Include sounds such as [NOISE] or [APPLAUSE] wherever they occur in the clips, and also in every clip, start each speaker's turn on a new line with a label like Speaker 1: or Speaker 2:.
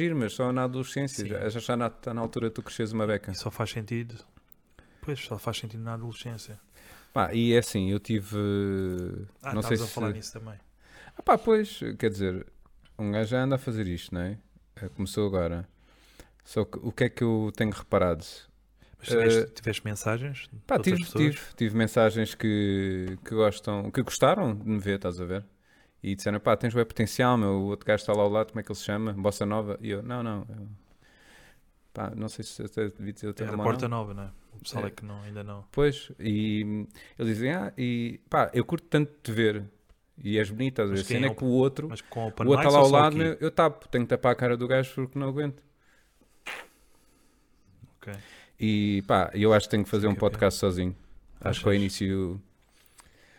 Speaker 1: Giro, mas só na adolescência.
Speaker 2: Sim.
Speaker 1: Já, já na, tá na altura de tu cresces uma beca.
Speaker 2: E só faz sentido. Pois, só faz sentido na adolescência.
Speaker 1: Pá, e é assim, eu tive.
Speaker 2: Ah,
Speaker 1: não sei
Speaker 2: estávamos
Speaker 1: se.
Speaker 2: a falar nisso também.
Speaker 1: Ah, pá, pois, quer dizer, um gajo já anda a fazer isto, não é? Eh, Começou agora. Só que o que é que eu tenho reparado?
Speaker 2: Mas tiveste,
Speaker 1: Eh,
Speaker 2: tiveste mensagens? de
Speaker 1: Pá,
Speaker 2: outras
Speaker 1: tive,
Speaker 2: pessoas?
Speaker 1: tive, tive mensagens que, que gostam, que gostaram de me ver, estás a ver? E disseram, pá, tens bem potencial, meu, o outro gajo está lá ao lado, como é que ele se chama? Bossa Nova? E eu, não, não. eu- Pá, não sei se até devia dizer o teu
Speaker 2: Era
Speaker 1: nome ou não.
Speaker 2: Porta Nova, não é? O pessoal é,
Speaker 1: É.
Speaker 2: que não, ainda não.
Speaker 1: Pois, e hum, eles dizem, ah, e pá, eu curto tanto de te ver e és bonita, estás a ver?
Speaker 2: Mas
Speaker 1: A
Speaker 2: quem
Speaker 1: cena
Speaker 2: é
Speaker 1: é
Speaker 2: o-
Speaker 1: que o outro,
Speaker 2: Mas com
Speaker 1: o
Speaker 2: open
Speaker 1: outro está
Speaker 2: mics
Speaker 1: tá lá
Speaker 2: ou
Speaker 1: ao
Speaker 2: só
Speaker 1: lado, né?
Speaker 2: aqui?
Speaker 1: eu, eu tapo, tenho que tapar a cara do gajo porque não aguento.
Speaker 2: Ok.
Speaker 1: E pá, eu acho que tenho que fazer um
Speaker 2: Fica bem.
Speaker 1: podcast sozinho. Acho que ao
Speaker 2: Achas?
Speaker 1: início,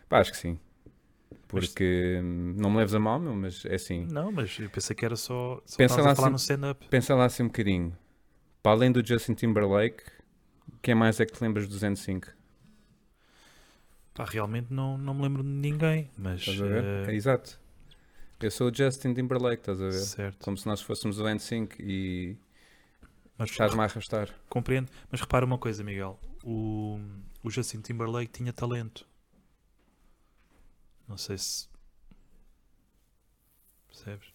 Speaker 1: pá, acho que sim. Porque hum, não me leves a mal, meu, mas é assim.
Speaker 2: Não, mas eu pensei que era só. só
Speaker 1: Pensa
Speaker 2: estavas
Speaker 1: lá
Speaker 2: a falar
Speaker 1: assim-
Speaker 2: no stand-up.
Speaker 1: Pensa lá assim um bocadinho. Para além do Justin Timberlake, quem mais é que te lembras do 205?
Speaker 2: Pá, realmente não, não me lembro de ninguém, mas.
Speaker 1: Estás a ver?
Speaker 2: eh,
Speaker 1: É, Exato. Eu sou o Justin Timberlake, estás a ver?
Speaker 2: certo.
Speaker 1: Como se nós fôssemos o N5 e
Speaker 2: Mas
Speaker 1: estás-me a arrastar.
Speaker 2: compreendo. Mas repara uma coisa, Miguel. O, o Justin Timberlake tinha talento. Não sei se. Percebes?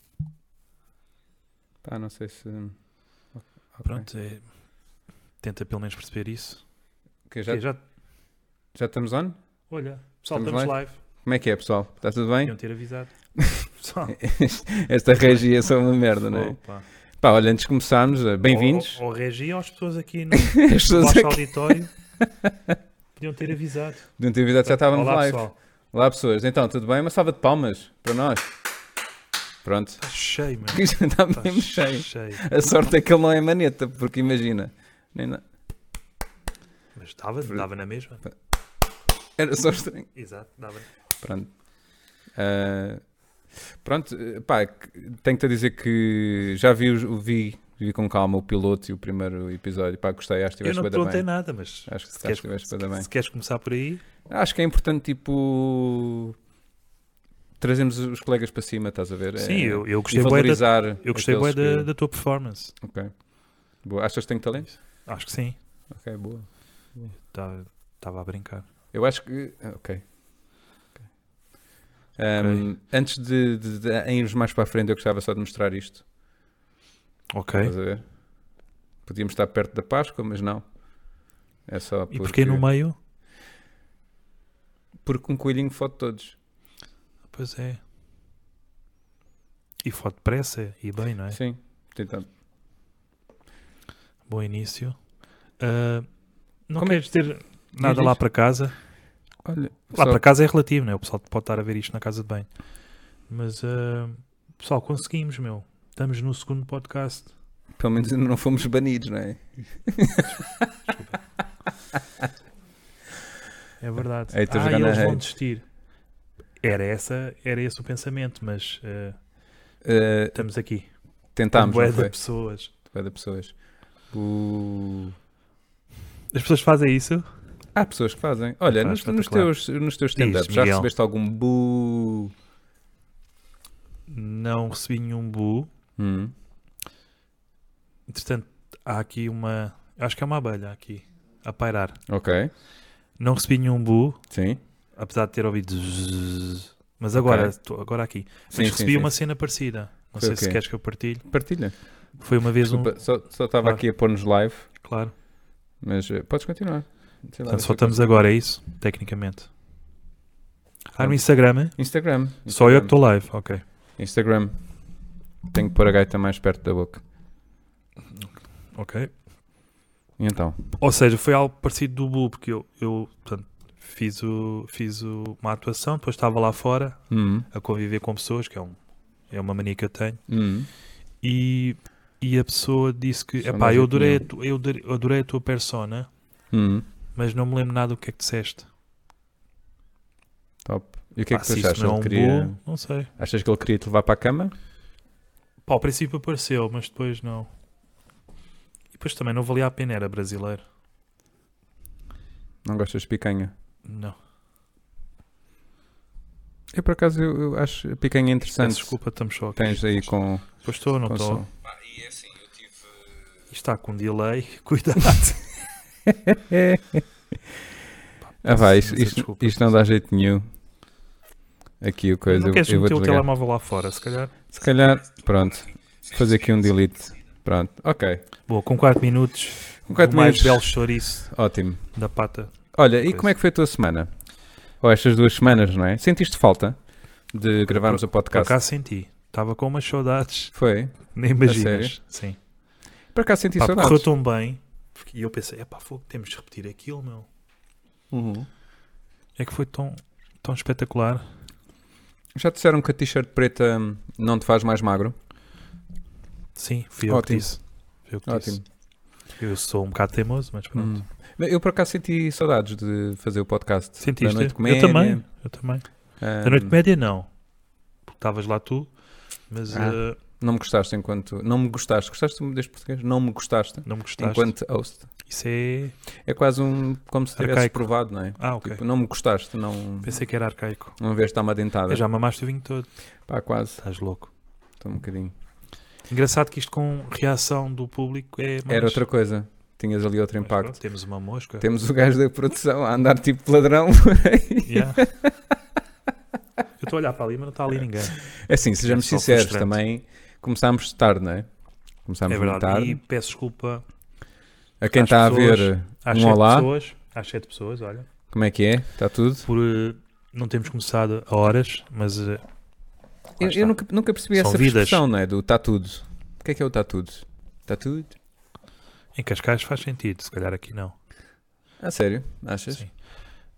Speaker 1: Pá, não sei se. Ok.
Speaker 2: Pronto, é- tenta pelo menos perceber isso.
Speaker 1: Ok, já,
Speaker 2: Ok, já-
Speaker 1: já estamos on?
Speaker 2: Olha, pessoal,
Speaker 1: Estamos
Speaker 2: estamos, live.
Speaker 1: Como é que é, pessoal? Está tudo bem?
Speaker 2: Deviam ter avisado. pessoal,
Speaker 1: [LAUGHS] Esta regia é só uma merda, não é?
Speaker 2: opa.
Speaker 1: Pá, olha, antes de começarmos, eh, bem-vindos.
Speaker 2: Ou, ou regi ou as
Speaker 1: [LAUGHS]
Speaker 2: pessoas aqui no
Speaker 1: As pessoas é
Speaker 2: baixo
Speaker 1: aqui [LAUGHS]
Speaker 2: auditório podiam ter avisado.
Speaker 1: de um atividade já estávamos
Speaker 2: Olá,
Speaker 1: live.
Speaker 2: pessoal.
Speaker 1: Olá, pessoas. Então, tudo bem? Uma salva de palmas para nós. Pronto. [LAUGHS]
Speaker 2: Está Tá cheio, meu.
Speaker 1: Está
Speaker 2: Está
Speaker 1: mesmo cheio.
Speaker 2: cheio.
Speaker 1: A sorte é que ele não é maneta, porque imagina. nem na-
Speaker 2: Mas dava, dava na mesma.
Speaker 1: Era só estranho.
Speaker 2: Exato, dava.
Speaker 1: Pronto. Ah, pronto, eh, pá, que- tenho-te a dizer que já vi, os- o- vi, vi com calma o piloto e o primeiro episódio. Pá, gostei, acho que
Speaker 2: Eu
Speaker 1: estiveste
Speaker 2: não te
Speaker 1: bué da
Speaker 2: perguntei
Speaker 1: bem.
Speaker 2: nada, mas
Speaker 1: Acho que acho
Speaker 2: se,
Speaker 1: que
Speaker 2: queres,
Speaker 1: estiveste bué da bem.
Speaker 2: se queres começar por aí,
Speaker 1: Acho que é importante, tipo, trazermos os colegas para cima, estás a ver?
Speaker 2: sim,
Speaker 1: É-
Speaker 2: eu, eu gostei
Speaker 1: e
Speaker 2: bué da,
Speaker 1: valorizar.
Speaker 2: eu gostei bué
Speaker 1: aqueles
Speaker 2: da,
Speaker 1: que-
Speaker 2: da tua performance.
Speaker 1: Ok. Boa. Achas que tenho talento?
Speaker 2: Acho que sim. Tá,
Speaker 1: Ok, boa.
Speaker 2: Estava a brincar.
Speaker 1: Eu acho que. ah, Ok. Ok. Ahm, Antes de, de, de irmos mais para a frente, eu gostava só de mostrar isto.
Speaker 2: Ok.
Speaker 1: Estás a ver? Podíamos estar perto da Páscoa, mas não. É só
Speaker 2: E porquê no meio?
Speaker 1: porque um coelhinho fode todos.
Speaker 2: Pois é. E foi depressa e bem, não é?
Speaker 1: Sim. Então,
Speaker 2: Bom início. Ah, não
Speaker 1: Como é-
Speaker 2: queres ter nada
Speaker 1: Diz
Speaker 2: lá
Speaker 1: isto.
Speaker 2: para casa?
Speaker 1: olha,
Speaker 2: Lá
Speaker 1: só-
Speaker 2: para casa é relativo, não é? O pessoal pode estar a ver isto na casa de banho. Mas, ah, pessoal, conseguimos, meu. Estamos no segundo podcast.
Speaker 1: pelo menos ainda não fomos banidos, não é?
Speaker 2: É verdade.
Speaker 1: Aí estou
Speaker 2: ah, e
Speaker 1: jogando a
Speaker 2: eles vão
Speaker 1: rede.
Speaker 2: desistir. Era, essa, era esse o pensamento, mas ah,
Speaker 1: Ah,
Speaker 2: estamos aqui.
Speaker 1: tentámos,
Speaker 2: Bué
Speaker 1: não
Speaker 2: de
Speaker 1: foi?
Speaker 2: pessoas.
Speaker 1: Bué de pessoas. O-
Speaker 2: As pessoas fazem isso?
Speaker 1: Há pessoas que fazem. Olha,
Speaker 2: Pá,
Speaker 1: nos, nos
Speaker 2: espetacular.
Speaker 1: teus, nos teus stand-ups, já
Speaker 2: Miguel.
Speaker 1: recebeste algum bu?
Speaker 2: Não recebi nenhum bu.
Speaker 1: Hum.
Speaker 2: Entretanto, há aqui uma. Acho que é uma abelha aqui a pairar.
Speaker 1: Ok,
Speaker 2: Não recebi nenhum bu,
Speaker 1: sim.
Speaker 2: apesar de ter ouvido. zzzz. Mas agora, tô- agora aqui. Mas
Speaker 1: Sim, sim,
Speaker 2: recebi
Speaker 1: sim.
Speaker 2: uma cena parecida.
Speaker 1: Foi
Speaker 2: Não sei
Speaker 1: o
Speaker 2: se
Speaker 1: quê?
Speaker 2: queres que eu partilhe.
Speaker 1: Partilha.
Speaker 2: Foi uma vez
Speaker 1: Desculpa, só só estava
Speaker 2: um- Claro.
Speaker 1: aqui a pôr-nos live,
Speaker 2: um. Claro.
Speaker 1: mas eh, podes continuar. Sei lá,
Speaker 2: Portanto, só
Speaker 1: deixa eu-
Speaker 2: estamos agora, é isso? Tecnicamente. Ah, no Instagram, é?
Speaker 1: Instagram.
Speaker 2: Só eu
Speaker 1: Instagram.
Speaker 2: que estou live, ok.
Speaker 1: Instagram. Tenho que pôr a gaita mais perto da boca.
Speaker 2: Ok.
Speaker 1: E então?
Speaker 2: Ou seja, foi algo parecido do bu, porque eu, eu portanto, fiz, o, fiz o- uma atuação, depois estava lá fora
Speaker 1: Hum,
Speaker 2: a conviver com pessoas, que é, um, é uma mania que eu tenho.
Speaker 1: hum.
Speaker 2: e, e a pessoa disse que
Speaker 1: Só
Speaker 2: epá,
Speaker 1: nós é
Speaker 2: eu
Speaker 1: que
Speaker 2: adorei, a
Speaker 1: não."
Speaker 2: tu- eu adorei- eu adorei a tua persona,
Speaker 1: hum.
Speaker 2: mas não me lembro nada do que é que disseste.
Speaker 1: Top. E o que é
Speaker 2: Pá,
Speaker 1: que
Speaker 2: se
Speaker 1: tu
Speaker 2: isso
Speaker 1: achas?
Speaker 2: não é
Speaker 1: Ele
Speaker 2: um
Speaker 1: queria...
Speaker 2: bom, não sei.
Speaker 1: Achas que ele queria te levar para a cama?
Speaker 2: Pá, ao princípio apareceu, mas depois não. E depois também não valia a pena, era brasileiro.
Speaker 1: Não gostas de picanha?
Speaker 2: Não.
Speaker 1: Eu, por acaso, eu, eu acho a picanha interessante.
Speaker 2: Peço desculpa, estamos só aqui.
Speaker 1: Tens aí com,
Speaker 2: Pois estou, não
Speaker 1: com
Speaker 2: estou.
Speaker 1: som.
Speaker 2: está com delay, [LAUGHS] cuidado.
Speaker 1: Ah, vai,
Speaker 2: Peço
Speaker 1: isto,
Speaker 2: imensa
Speaker 1: isto-
Speaker 2: desculpa.
Speaker 1: isto não dá jeito nenhum. Aqui o coisa.
Speaker 2: não
Speaker 1: Eu,
Speaker 2: queres
Speaker 1: eu vou
Speaker 2: meter o
Speaker 1: desligar.
Speaker 2: telemóvel lá fora, se calhar.
Speaker 1: Se calhar, pronto. Vou Fazer aqui um delete. Pronto, ok.
Speaker 2: Boa, com 4 minutos,
Speaker 1: Com
Speaker 2: o
Speaker 1: quatro
Speaker 2: mais
Speaker 1: minutos.
Speaker 2: belo chouriço
Speaker 1: Ótimo.
Speaker 2: da pata.
Speaker 1: Olha, e
Speaker 2: Coisa.
Speaker 1: como é que foi a tua semana? Ou estas duas semanas, não é? Sentiste falta de gravarmos o
Speaker 2: Por
Speaker 1: podcast?
Speaker 2: acaso senti. Estava com umas saudades, [LAUGHS]
Speaker 1: Foi.
Speaker 2: nem imaginas. Sim.
Speaker 1: Por acaso senti
Speaker 2: Pá, correu
Speaker 1: saudades.
Speaker 2: tão bem. porque- E eu pensei, epá, fogo, temos de repetir aquilo, meu.
Speaker 1: Uhum.
Speaker 2: É que foi tão, tão espetacular.
Speaker 1: Já te disseram que a t-shirt preta hum, não te faz mais magro?
Speaker 2: Sim, fui eu que
Speaker 1: Ótimo.
Speaker 2: disse. Fui eu que disse.
Speaker 1: Ótimo.
Speaker 2: Eu sou um bocado teimoso, mas pronto.
Speaker 1: Hum. Mas Eu por acaso senti saudades de fazer o podcast.
Speaker 2: Sentiste?
Speaker 1: Da noite
Speaker 2: Eu
Speaker 1: comédia.
Speaker 2: também. Eu também.
Speaker 1: hum,
Speaker 2: Da noite de média, não. Porque estavas lá tu, mas
Speaker 1: Ah.
Speaker 2: eh,
Speaker 1: Não me gostaste enquanto. Não me gostaste. Gostaste deste português? Não me gostaste.
Speaker 2: não me gostaste.
Speaker 1: Enquanto host.
Speaker 2: Isso é.
Speaker 1: É quase um. Como se tivesse
Speaker 2: Arcaico.
Speaker 1: provado, não é?
Speaker 2: Ah, ok.
Speaker 1: Tipo, não me gostaste, não.
Speaker 2: Pensei que era arcaico.
Speaker 1: Uma vez está-me a dentada.
Speaker 2: Eu já mamaste o vinho todo.
Speaker 1: Pá, quase.
Speaker 2: Estás louco.
Speaker 1: Estou um bocadinho.
Speaker 2: Engraçado que isto com reação do público é. mais-
Speaker 1: Era outra coisa. Tinhas ali outro
Speaker 2: mas
Speaker 1: impacto.
Speaker 2: pronto, Temos uma mosca.
Speaker 1: Temos o gajo da produção a andar tipo ladrão. [LAUGHS]
Speaker 2: Yeah. [LAUGHS] Eu estou a olhar para ali, mas não está ali ninguém.
Speaker 1: É assim, sejamos
Speaker 2: só
Speaker 1: sinceros,
Speaker 2: frustrante.
Speaker 1: também começámos tarde, não é? Começámos
Speaker 2: é
Speaker 1: muito
Speaker 2: verdade. E
Speaker 1: tarde.
Speaker 2: peço desculpa
Speaker 1: A quem
Speaker 2: às
Speaker 1: está a
Speaker 2: pessoas,
Speaker 1: ver,
Speaker 2: às
Speaker 1: Um
Speaker 2: sete
Speaker 1: olá.
Speaker 2: pessoas. Às sete pessoas, olha.
Speaker 1: como é que é? Está tudo?
Speaker 2: Por eh, não termos começado a horas, mas eh,
Speaker 1: Eu,
Speaker 2: está.
Speaker 1: eu nunca, nunca percebi
Speaker 2: São
Speaker 1: essa
Speaker 2: vidas.
Speaker 1: expressão, não é? Do está tudo. O que é que é o está tudo? Está tudo?
Speaker 2: em Cascais faz sentido, se calhar aqui não.
Speaker 1: Ah, sério? Achas?
Speaker 2: Sim.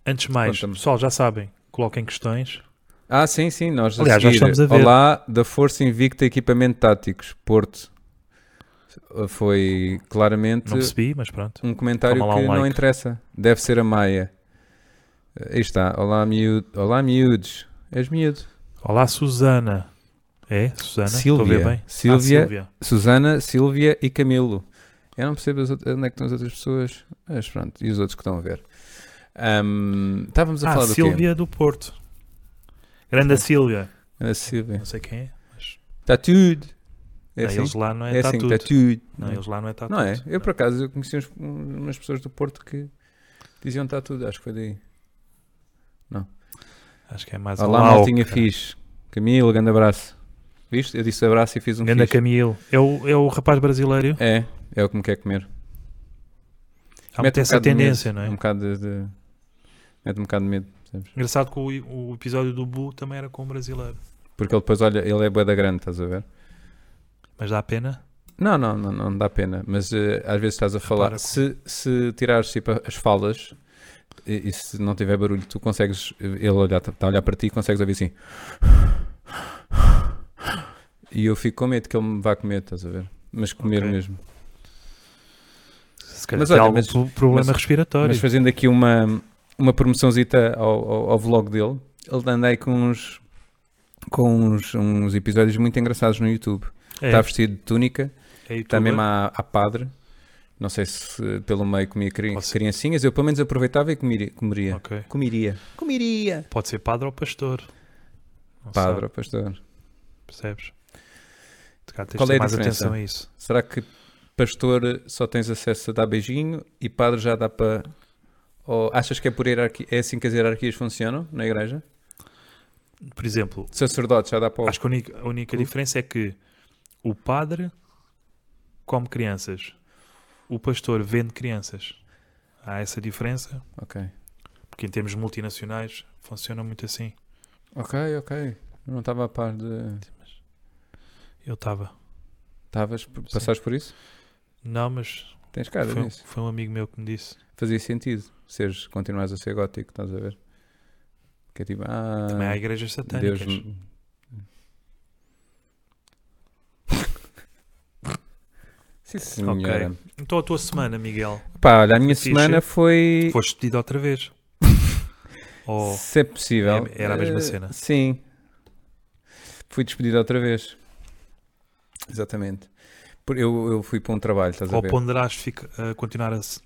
Speaker 2: Antes de mais,
Speaker 1: Conta-me.
Speaker 2: pessoal, já sabem, coloquem questões.
Speaker 1: Ah, sim, sim. Nós a
Speaker 2: Aliás, já
Speaker 1: seguir,
Speaker 2: estamos a ver.
Speaker 1: Olá, da Força Invicta Equipamento Táticos, Porto. Foi claramente
Speaker 2: Não percebi, mas pronto.
Speaker 1: um comentário
Speaker 2: Toma lá
Speaker 1: que
Speaker 2: um
Speaker 1: não
Speaker 2: like.
Speaker 1: interessa. Deve ser a Maia. Eh, Aí está. Olá, miúdo. Olá, miúdos. És miúdo.
Speaker 2: Olá, Susana. É, Susana? Estou a ver
Speaker 1: Silvia.
Speaker 2: bem? Ah,
Speaker 1: Silvia.
Speaker 2: Silvia.
Speaker 1: Susana, Silvia e Camilo. Eu não percebo as out- onde é que estão as outras pessoas. Mas pronto, e os outros que estão a ver. Ahm, estávamos a
Speaker 2: Ah,
Speaker 1: falar do quê?
Speaker 2: Silvia do Porto. Grande a Silvia.
Speaker 1: A Silvia.
Speaker 2: Não sei quem é.
Speaker 1: Está tudo. É
Speaker 2: Não,
Speaker 1: assim?
Speaker 2: Eles lá não é,
Speaker 1: É
Speaker 2: tá
Speaker 1: assim,
Speaker 2: tudo.
Speaker 1: está tudo.
Speaker 2: Não, eles lá não é tá
Speaker 1: Não
Speaker 2: tudo.
Speaker 1: é? Eu, por acaso, eu conheci uns- umas pessoas do Porto que diziam está tudo. Acho que foi daí.
Speaker 2: Acho que é mais
Speaker 1: Olá,
Speaker 2: ao-
Speaker 1: maltinha fixe. Camilo, grande abraço. Viste? Eu disse abraço e fiz um
Speaker 2: Grande
Speaker 1: fixe.
Speaker 2: Camilo. É o, é o rapaz brasileiro.
Speaker 1: É, é o que me quer comer.
Speaker 2: Há
Speaker 1: Mete
Speaker 2: muito
Speaker 1: um
Speaker 2: essa
Speaker 1: bocado de medo,
Speaker 2: tendência, não é?
Speaker 1: Um bocado de... de- Mete um bocado de medo, percebes?
Speaker 2: Engraçado que o, o episódio do Bu também era com um brasileiro.
Speaker 1: Porque ele depois, olha, ele é bué da grande, estás a ver?
Speaker 2: Mas dá pena?
Speaker 1: Não, não, não, não dá pena. Mas eh, às vezes estás a falar.
Speaker 2: com-
Speaker 1: Se, se tirares tipo, as falas e, e se não tiver barulho, tu consegues. Ele olhar, está a olhar para ti e consegues ouvir assim. E eu fico com medo que ele me vá comer, estás a ver? Mas comer
Speaker 2: Ok.
Speaker 1: mesmo.
Speaker 2: Se calhar
Speaker 1: Mas
Speaker 2: tem
Speaker 1: olha,
Speaker 2: algum
Speaker 1: mas-
Speaker 2: pro- problema
Speaker 1: mas-
Speaker 2: respiratório.
Speaker 1: Mas fazendo aqui uma, uma promoçãozita ao, ao, ao vlog dele, ele anda aí com uns. Com uns, uns episódios muito engraçados no YouTube.
Speaker 2: é,
Speaker 1: Está vestido de túnica,
Speaker 2: é
Speaker 1: Está
Speaker 2: youtuber.
Speaker 1: mesmo à, à padre. Não sei se pelo meio comia cri-
Speaker 2: Ou se-
Speaker 1: criancinhas. Eu pelo menos aproveitava e comeria. Comeria.
Speaker 2: Ok.
Speaker 1: Comeria. Comeria.
Speaker 2: Pode ser padre ou pastor. Não
Speaker 1: Padre,
Speaker 2: sabe,
Speaker 1: ou pastor.
Speaker 2: percebes? Se calhar tens
Speaker 1: Qual
Speaker 2: de
Speaker 1: é
Speaker 2: ter
Speaker 1: a
Speaker 2: mais
Speaker 1: diferença?
Speaker 2: atenção a isso.
Speaker 1: Será que pastor só tens acesso a dar beijinho e padre já dá para... Ou achas que é por hierarquia? É assim que as hierarquias funcionam na igreja?
Speaker 2: Por exemplo,
Speaker 1: Sacerdote já dá para...
Speaker 2: acho que a única, a única
Speaker 1: Cu.
Speaker 2: diferença é que o padre come crianças, o pastor vende crianças. Há essa diferença,
Speaker 1: Ok.
Speaker 2: porque em termos multinacionais funciona muito assim.
Speaker 1: Ok, ok. Eu não estava a par de...
Speaker 2: Eu estava.
Speaker 1: Estavas... Passaste por isso?
Speaker 2: Não, mas
Speaker 1: Tens cara
Speaker 2: foi,
Speaker 1: nisso.
Speaker 2: foi um amigo meu que me disse.
Speaker 1: Fazia sentido. Seres... Continuares a ser gótico, estás a ver? Que é tipo... Ah...
Speaker 2: Também há igrejas satânicas.
Speaker 1: Deus me-
Speaker 2: [LAUGHS]
Speaker 1: Sim, senhora.
Speaker 2: Então a tua semana, Miguel,
Speaker 1: Pá, olha, a minha
Speaker 2: Fixe.
Speaker 1: semana foi.
Speaker 2: foste pedido outra
Speaker 1: [LAUGHS]
Speaker 2: vez. Ou
Speaker 1: Se é possível.
Speaker 2: É- era a mesma
Speaker 1: Eh,
Speaker 2: cena.
Speaker 1: Sim. Fui despedido outra vez. Exatamente. Por- Eu, eu fui para um trabalho, estás a
Speaker 2: Ou
Speaker 1: ver?
Speaker 2: ponderaste fica- a continuar a, se-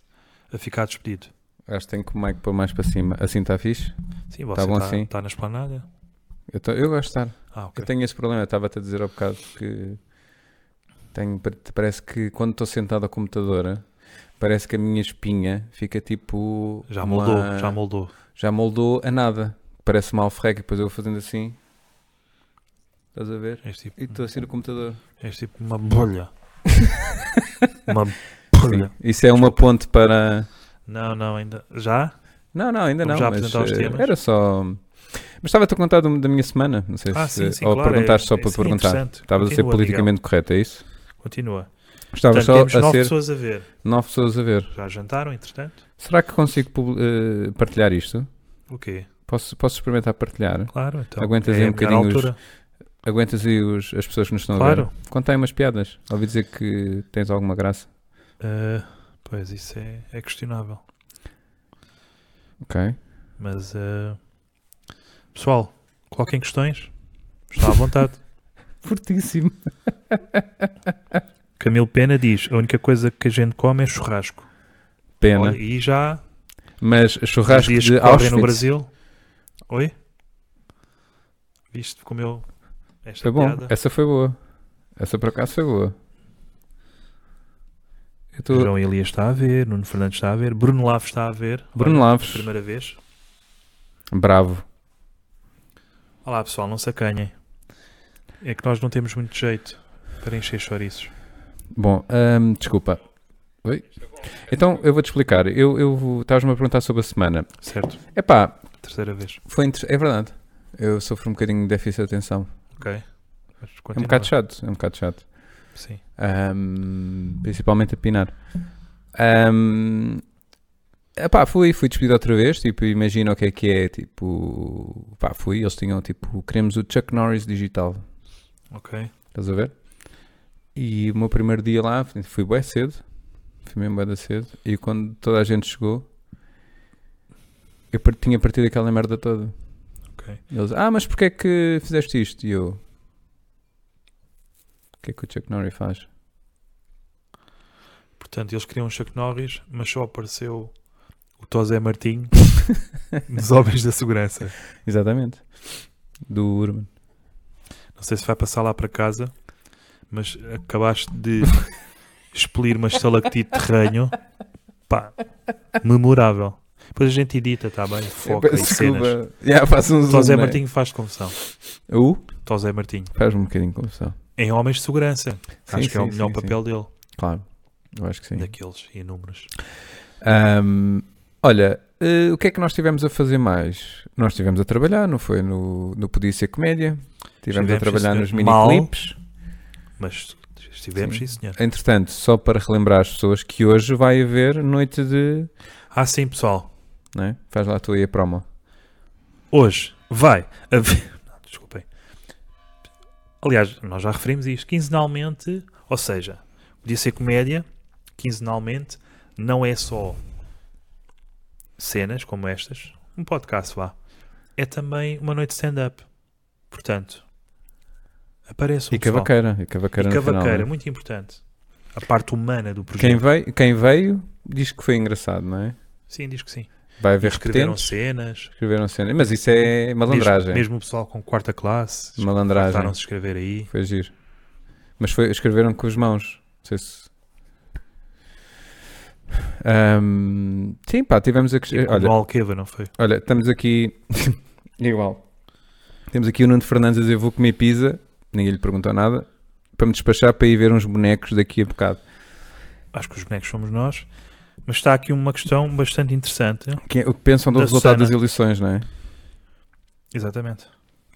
Speaker 2: a ficar despedido?
Speaker 1: Acho que tenho que o Mike pôr mais para cima. Assim está fixe?
Speaker 2: Sim, você
Speaker 1: bom
Speaker 2: está
Speaker 1: assim.
Speaker 2: tá na esplanada.
Speaker 1: Eu, tô- eu gosto de estar.
Speaker 2: Ah, ok.
Speaker 1: Eu tenho esse problema. Eu estava-te a dizer há bocado que Tenho, pa- parece que quando estou sentado à computadora, parece que a minha espinha fica tipo.
Speaker 2: Já
Speaker 1: uma-
Speaker 2: moldou, já moldou.
Speaker 1: já moldou a nada. Parece uma alferreca e depois eu vou fazendo assim. Estás a ver?
Speaker 2: És tipo,
Speaker 1: E estou assim no computador.
Speaker 2: és tipo
Speaker 1: [LAUGHS]
Speaker 2: uma bolha. uma bolha.
Speaker 1: Sim. Isso é uma ponte para.
Speaker 2: Não, não, ainda. Já?
Speaker 1: Não, não, ainda não.
Speaker 2: Vamos já
Speaker 1: mas,
Speaker 2: apresentar os
Speaker 1: eh,
Speaker 2: temas?
Speaker 1: Era só. Mas estava-te a contar do- da minha semana. Não sei
Speaker 2: Ah,
Speaker 1: se.
Speaker 2: sim, sim,
Speaker 1: ou
Speaker 2: claro.
Speaker 1: perguntaste
Speaker 2: é-
Speaker 1: só
Speaker 2: é-
Speaker 1: para
Speaker 2: sim,
Speaker 1: perguntar.
Speaker 2: interessante.
Speaker 1: Estavas a ser
Speaker 2: Continua,
Speaker 1: politicamente correto, é isso?
Speaker 2: Miguel. Continua.
Speaker 1: Estava
Speaker 2: Portanto,
Speaker 1: só
Speaker 2: temos
Speaker 1: a
Speaker 2: nove
Speaker 1: ser
Speaker 2: pessoas a ver.
Speaker 1: nove pessoas a ver.
Speaker 2: Já jantaram, entretanto?
Speaker 1: Será que consigo pub- eh, partilhar isto?
Speaker 2: O quê?
Speaker 1: Posso, posso experimentar partilhar?
Speaker 2: Claro, então.
Speaker 1: Aguentas aí
Speaker 2: é
Speaker 1: um
Speaker 2: a melhor
Speaker 1: bocadinho os-
Speaker 2: altura.
Speaker 1: Aguentas aí os- as pessoas que nos estão a
Speaker 2: Claro.
Speaker 1: ver? Conta aí umas piadas. Ouvi dizer que tens alguma graça.
Speaker 2: Ah, pois, isso é, é questionável.
Speaker 1: Ok.
Speaker 2: Mas, ah, pessoal, coloquem questões. Está
Speaker 1: [LAUGHS]
Speaker 2: à vontade.
Speaker 1: Fortíssimo.
Speaker 2: Camilo Pena diz: a única coisa que a gente come é churrasco.
Speaker 1: Pena.
Speaker 2: Olha, e já
Speaker 1: Mas
Speaker 2: os
Speaker 1: churrasco
Speaker 2: dias
Speaker 1: de
Speaker 2: que correm
Speaker 1: Auschwitz.
Speaker 2: no Brasil. Oi? Viste como eu. Esta
Speaker 1: Foi é bom.
Speaker 2: piada?
Speaker 1: Essa foi boa. Essa por acaso foi boa. Eu tô...
Speaker 2: João Elias está a ver, Nuno Fernandes está a ver, Bruno Laves está a ver.
Speaker 1: Bruno
Speaker 2: Olha,
Speaker 1: Laves.
Speaker 2: Primeira vez.
Speaker 1: Bravo.
Speaker 2: Olá pessoal, não se acanhem. É que nós não temos muito jeito para encher chouriços.
Speaker 1: Bom, hum, desculpa. Oi? Então, eu vou-te explicar. Eu, eu Estavas-me a perguntar sobre a semana.
Speaker 2: Certo?
Speaker 1: Epá,
Speaker 2: Terceira vez.
Speaker 1: foi inter... é verdade. Eu sofro um bocadinho de déficit de atenção.
Speaker 2: Ok. Mas
Speaker 1: É um
Speaker 2: continua.
Speaker 1: bocado chato. É um bocado chato.
Speaker 2: Sim.
Speaker 1: Ahm, principalmente a pinar. Ahm, epá, fui, fui despedido outra vez, tipo, imagina o que é que é, tipo, pá, fui, eles tinham, tipo, queremos o Chuck Norris digital,
Speaker 2: Ok.
Speaker 1: estás a ver? E o meu primeiro dia lá, fui bem cedo, fui mesmo bem cedo, e quando toda a gente chegou, eu par- tinha partido aquela merda toda.
Speaker 2: Ok.
Speaker 1: Eles, ah, mas porquê é que fizeste isto? E eu, o que é que o Chuck Norris faz?
Speaker 2: Portanto, eles queriam o Chuck Norris, mas só apareceu o Tosé Martinho
Speaker 1: [LAUGHS]
Speaker 2: nos homens da segurança.
Speaker 1: Exatamente. Do Urban.
Speaker 2: Não sei se vai passar lá para casa, mas acabaste de expelir uma estalactite de terrenho. Pá, memorável. Depois a gente edita, está bem? Foca em cenas.
Speaker 1: [LAUGHS] Já faço um zoom,
Speaker 2: Tosé
Speaker 1: né?
Speaker 2: Martinho faz confusão.
Speaker 1: O?
Speaker 2: Tosé Martinho.
Speaker 1: Faz um bocadinho de confusão.
Speaker 2: Em homens de segurança. Acho
Speaker 1: Sim,
Speaker 2: que é o
Speaker 1: sim,
Speaker 2: melhor
Speaker 1: sim,
Speaker 2: papel dele.
Speaker 1: sim. Claro. Eu acho que sim.
Speaker 2: Daqueles inúmeros.
Speaker 1: Ahm, olha, eh, o que é que nós tivemos a fazer mais? Nós estivemos a trabalhar, não foi? No, no Podia Ser Comédia. Estivemos a
Speaker 2: Estivemos,
Speaker 1: trabalhar
Speaker 2: sim,
Speaker 1: nos
Speaker 2: senhor. Mal.
Speaker 1: miniclips.
Speaker 2: Mas estivemos,
Speaker 1: Sim.
Speaker 2: sim, senhor.
Speaker 1: Entretanto, só para relembrar as pessoas que hoje vai haver noite de...
Speaker 2: Ah, sim, pessoal.
Speaker 1: Não é? Faz lá a tua e a promo.
Speaker 2: Hoje vai haver. [LAUGHS] Não, Desculpem. Aliás, nós já referimos isto. Quinzenalmente, ou seja, podia ser comédia, quinzenalmente, não é só cenas como estas, um podcast vá. É também uma noite de stand-up. Portanto, apareçam.
Speaker 1: E
Speaker 2: pessoal.
Speaker 1: cavaqueira. E cavaqueira
Speaker 2: E
Speaker 1: no final,
Speaker 2: cavaqueira,
Speaker 1: não é?
Speaker 2: muito importante. A parte humana do projeto.
Speaker 1: Quem veio, quem veio diz que foi engraçado, não é?
Speaker 2: Sim, diz que sim.
Speaker 1: Vai haver
Speaker 2: Escreveram
Speaker 1: repetentes.
Speaker 2: cenas.
Speaker 1: Escreveram cena. Mas isso é malandragem.
Speaker 2: Mesmo, mesmo o pessoal com quarta classe.
Speaker 1: malandragem.
Speaker 2: Tentaram se escrever aí.
Speaker 1: Foi giro. Mas foi, escreveram com as mãos. Não sei se. Ahm, sim, pá, tivemos aqui.
Speaker 2: Tipo,
Speaker 1: Olha,
Speaker 2: no Alqueva, não foi?
Speaker 1: olha, estamos aqui. [LAUGHS] Igual. Temos aqui o Nuno Fernandes a dizer: Vou comer pizza. Ninguém lhe perguntou nada. Para me despachar para ir ver uns bonecos daqui a bocado.
Speaker 2: Acho que os bonecos somos nós. Mas está aqui uma questão bastante interessante.
Speaker 1: Que é o que pensam do
Speaker 2: Da
Speaker 1: resultado
Speaker 2: Susana.
Speaker 1: das eleições, não é?
Speaker 2: Exatamente.